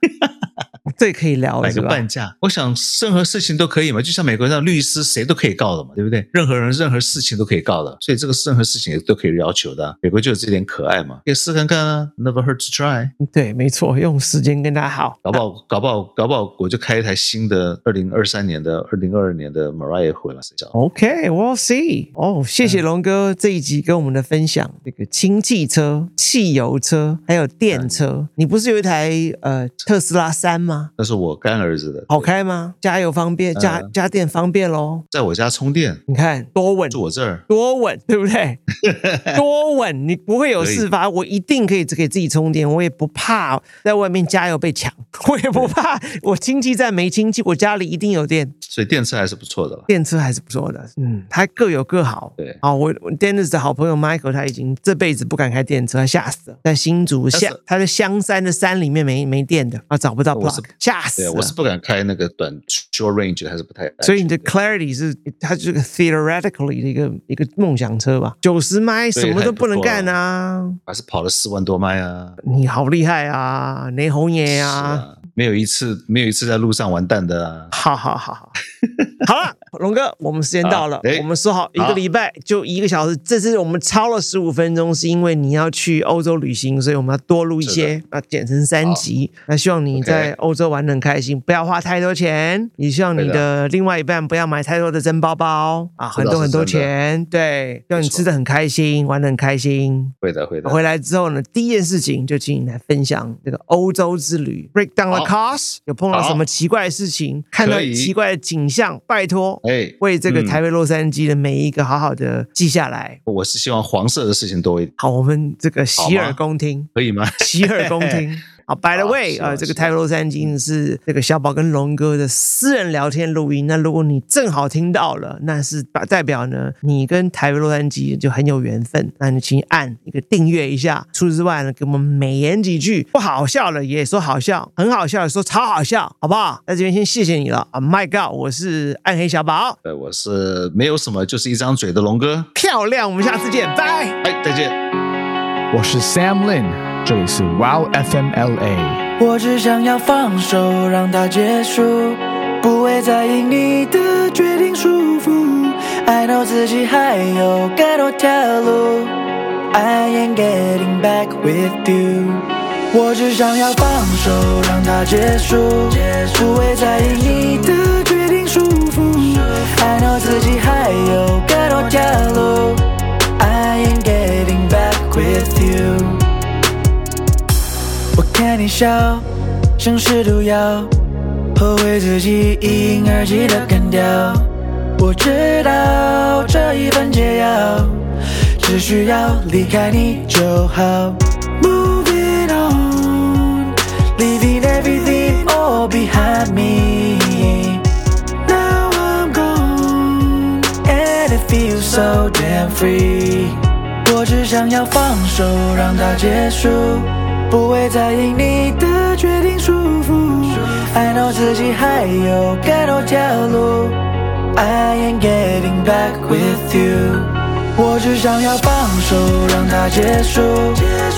Speaker 1: 这可以聊
Speaker 2: 买
Speaker 1: 哦是
Speaker 2: 个
Speaker 1: 吧？
Speaker 2: 半价。我想任何事情都可以嘛，就像美国上律师谁都可以告的嘛，对不对？任何人任何事情都可以告的，所以这个是任何事情也都可以要求的啊。美国就有这点可爱嘛，可以试看看啊，never hurt to try。
Speaker 1: 对，没错，用时间跟他好。
Speaker 2: 搞不好，搞不好，搞不好，我就开一台新的二零二三年的、二零二二年的 Mariah 回来，谁知道？
Speaker 1: 哦 OK，we'll、see。哦，谢
Speaker 2: 嗯
Speaker 1: 谢龙哥这一集跟我们的分享，这个氢气车、汽油车还有电
Speaker 2: 嗯
Speaker 1: 车。你不是有一台呃特斯拉三吗？
Speaker 2: 那是我干儿子的，
Speaker 1: 好开吗？加油方便，加
Speaker 2: 嗯
Speaker 1: 加电方便喽。
Speaker 2: 在我家充电，
Speaker 1: 你看多稳，
Speaker 2: 住我这儿，
Speaker 1: 多稳，对不
Speaker 2: (laughs)
Speaker 1: 对？多稳，你不会有事发，我一定可以给自己充电，我也不怕在外面加油被抢， (laughs) 我也不怕我亲戚站没亲戚，我家里一定有电。
Speaker 2: 所以电车还是不错的了。
Speaker 1: 电车还是不错的，嗯，它各有各好。
Speaker 2: 对
Speaker 1: 好，我我 Dennis 的好朋友 Michael 他已经这辈子不敢开电车，他吓死了，在新竹
Speaker 2: 是哦
Speaker 1: 下他在香山的山里面没没电的啊，找不到
Speaker 2: 我是
Speaker 1: plug，吓死
Speaker 2: 对，
Speaker 1: 了。
Speaker 2: 我是不敢开那个短 short range，还是不太安全。
Speaker 1: 所以你的 Clarity 是它就是个 theoretically 的一个一个梦想车吧，九十迈什么都不能干啊！
Speaker 2: 还是跑了四万多迈啊。
Speaker 1: 你好厉害啊，雷红爷
Speaker 2: 是
Speaker 1: 啊！
Speaker 2: 啊，没有一次没有一次在路上完蛋的啊。
Speaker 1: 好好好好， (laughs) 好了，龙哥，我们时间到了
Speaker 2: 好哎，
Speaker 1: 我们说好一个
Speaker 2: 好
Speaker 1: 礼拜就一个小时，这次我们超了十五分钟，是因为你要去欧洲旅行，所以我们要多录一些，啊，剪成三集。那希望你
Speaker 2: OK
Speaker 1: 在欧洲玩的很开心，不要花太多钱，也希望你
Speaker 2: 对
Speaker 1: 的另外一半不要买太多的真包包啊，
Speaker 2: 这
Speaker 1: 很
Speaker 2: 倒
Speaker 1: 多
Speaker 2: 是
Speaker 1: 很多
Speaker 2: 真的
Speaker 1: 钱，对，让你吃的很开心，玩的很开心。
Speaker 2: 会的，会的。
Speaker 1: 回来之后呢，第一件事情就请你来分享这个欧洲之旅，break down the
Speaker 2: 好
Speaker 1: cost，有碰到
Speaker 2: 好
Speaker 1: 什么奇怪的事情，看到
Speaker 2: 可以
Speaker 1: 奇怪的景象，拜托，
Speaker 2: 哎
Speaker 1: 为这个
Speaker 2: 嗯
Speaker 1: 台北洛杉矶的每一个好好的记下来。
Speaker 2: 我是希望黄色的事情多一点，
Speaker 1: 好，我们这个洗
Speaker 2: 好
Speaker 1: 耳
Speaker 2: 吗
Speaker 1: 恭听，
Speaker 2: 可以吗？ (laughs)
Speaker 1: (laughs) 洗耳恭听。好，By the
Speaker 2: 好
Speaker 1: way，
Speaker 2: 是啊
Speaker 1: 呃，这个
Speaker 2: 是啊
Speaker 1: 台北洛杉矶是这个小宝跟龙哥的私人聊天录音。那如果你正好听到了，那是代表呢你跟台北洛杉矶就很有缘分。那你请按一个订阅一下。除此之外呢，给我们美言几句，不好笑了也说好笑，很好笑也说超好笑，好不好？在这边先谢谢你了啊，My God，我是暗黑小宝，
Speaker 2: 对，我是没有什么，就是一张嘴的龙哥。
Speaker 1: 漂亮，我们下次见，拜。
Speaker 2: 哎，再见。
Speaker 5: 我是 Sam Lin，这里是 Wow FM LA。
Speaker 6: 我只想要放手，让它结束，不会再因你的决定束缚。I know 自己还有更多条路。I ain't getting back with you。我只想要放手，让它结束，不会再因你的决定束缚。I know 自己还有更多条路。I ain't getting back with you。我看你笑，像是毒药，后悔自己一饮而尽的干掉。我知道这一份解药，只需要离开你就好。Moving on, leaving everything all behind me. Now I'm gone, and it feels so damn free. 我只想要放手，让它结束，不会再因你的决定束缚。I know 自己还有更多条路，I ain't getting back with you。我只想要放手，让它结束，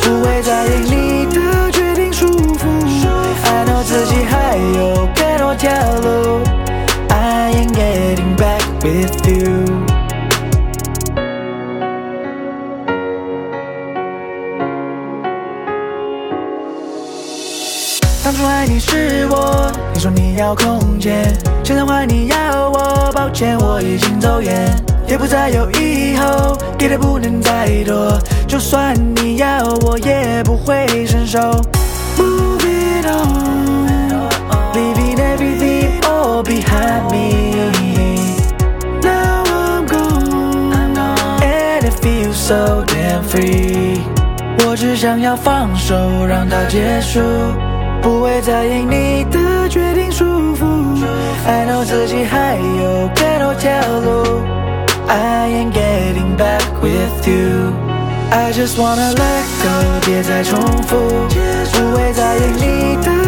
Speaker 6: 不会再因你的决定束缚。I know 自己还有更多条路，I ain't getting back with you。当初爱你是我，你说你要空间，现在换你要我，抱歉我已经走远，也不再有以后，一点不能再多，就算你要我也不会伸手。Move it on, leaving everything all behind me. Now I'm gone, and it feels so damn free. 我只想要放手，让它结束，不会再因你的决定束缚。I know 自己还有更多条路。I ain't getting back with you. I just wanna let go，别再重复，不会再因你的。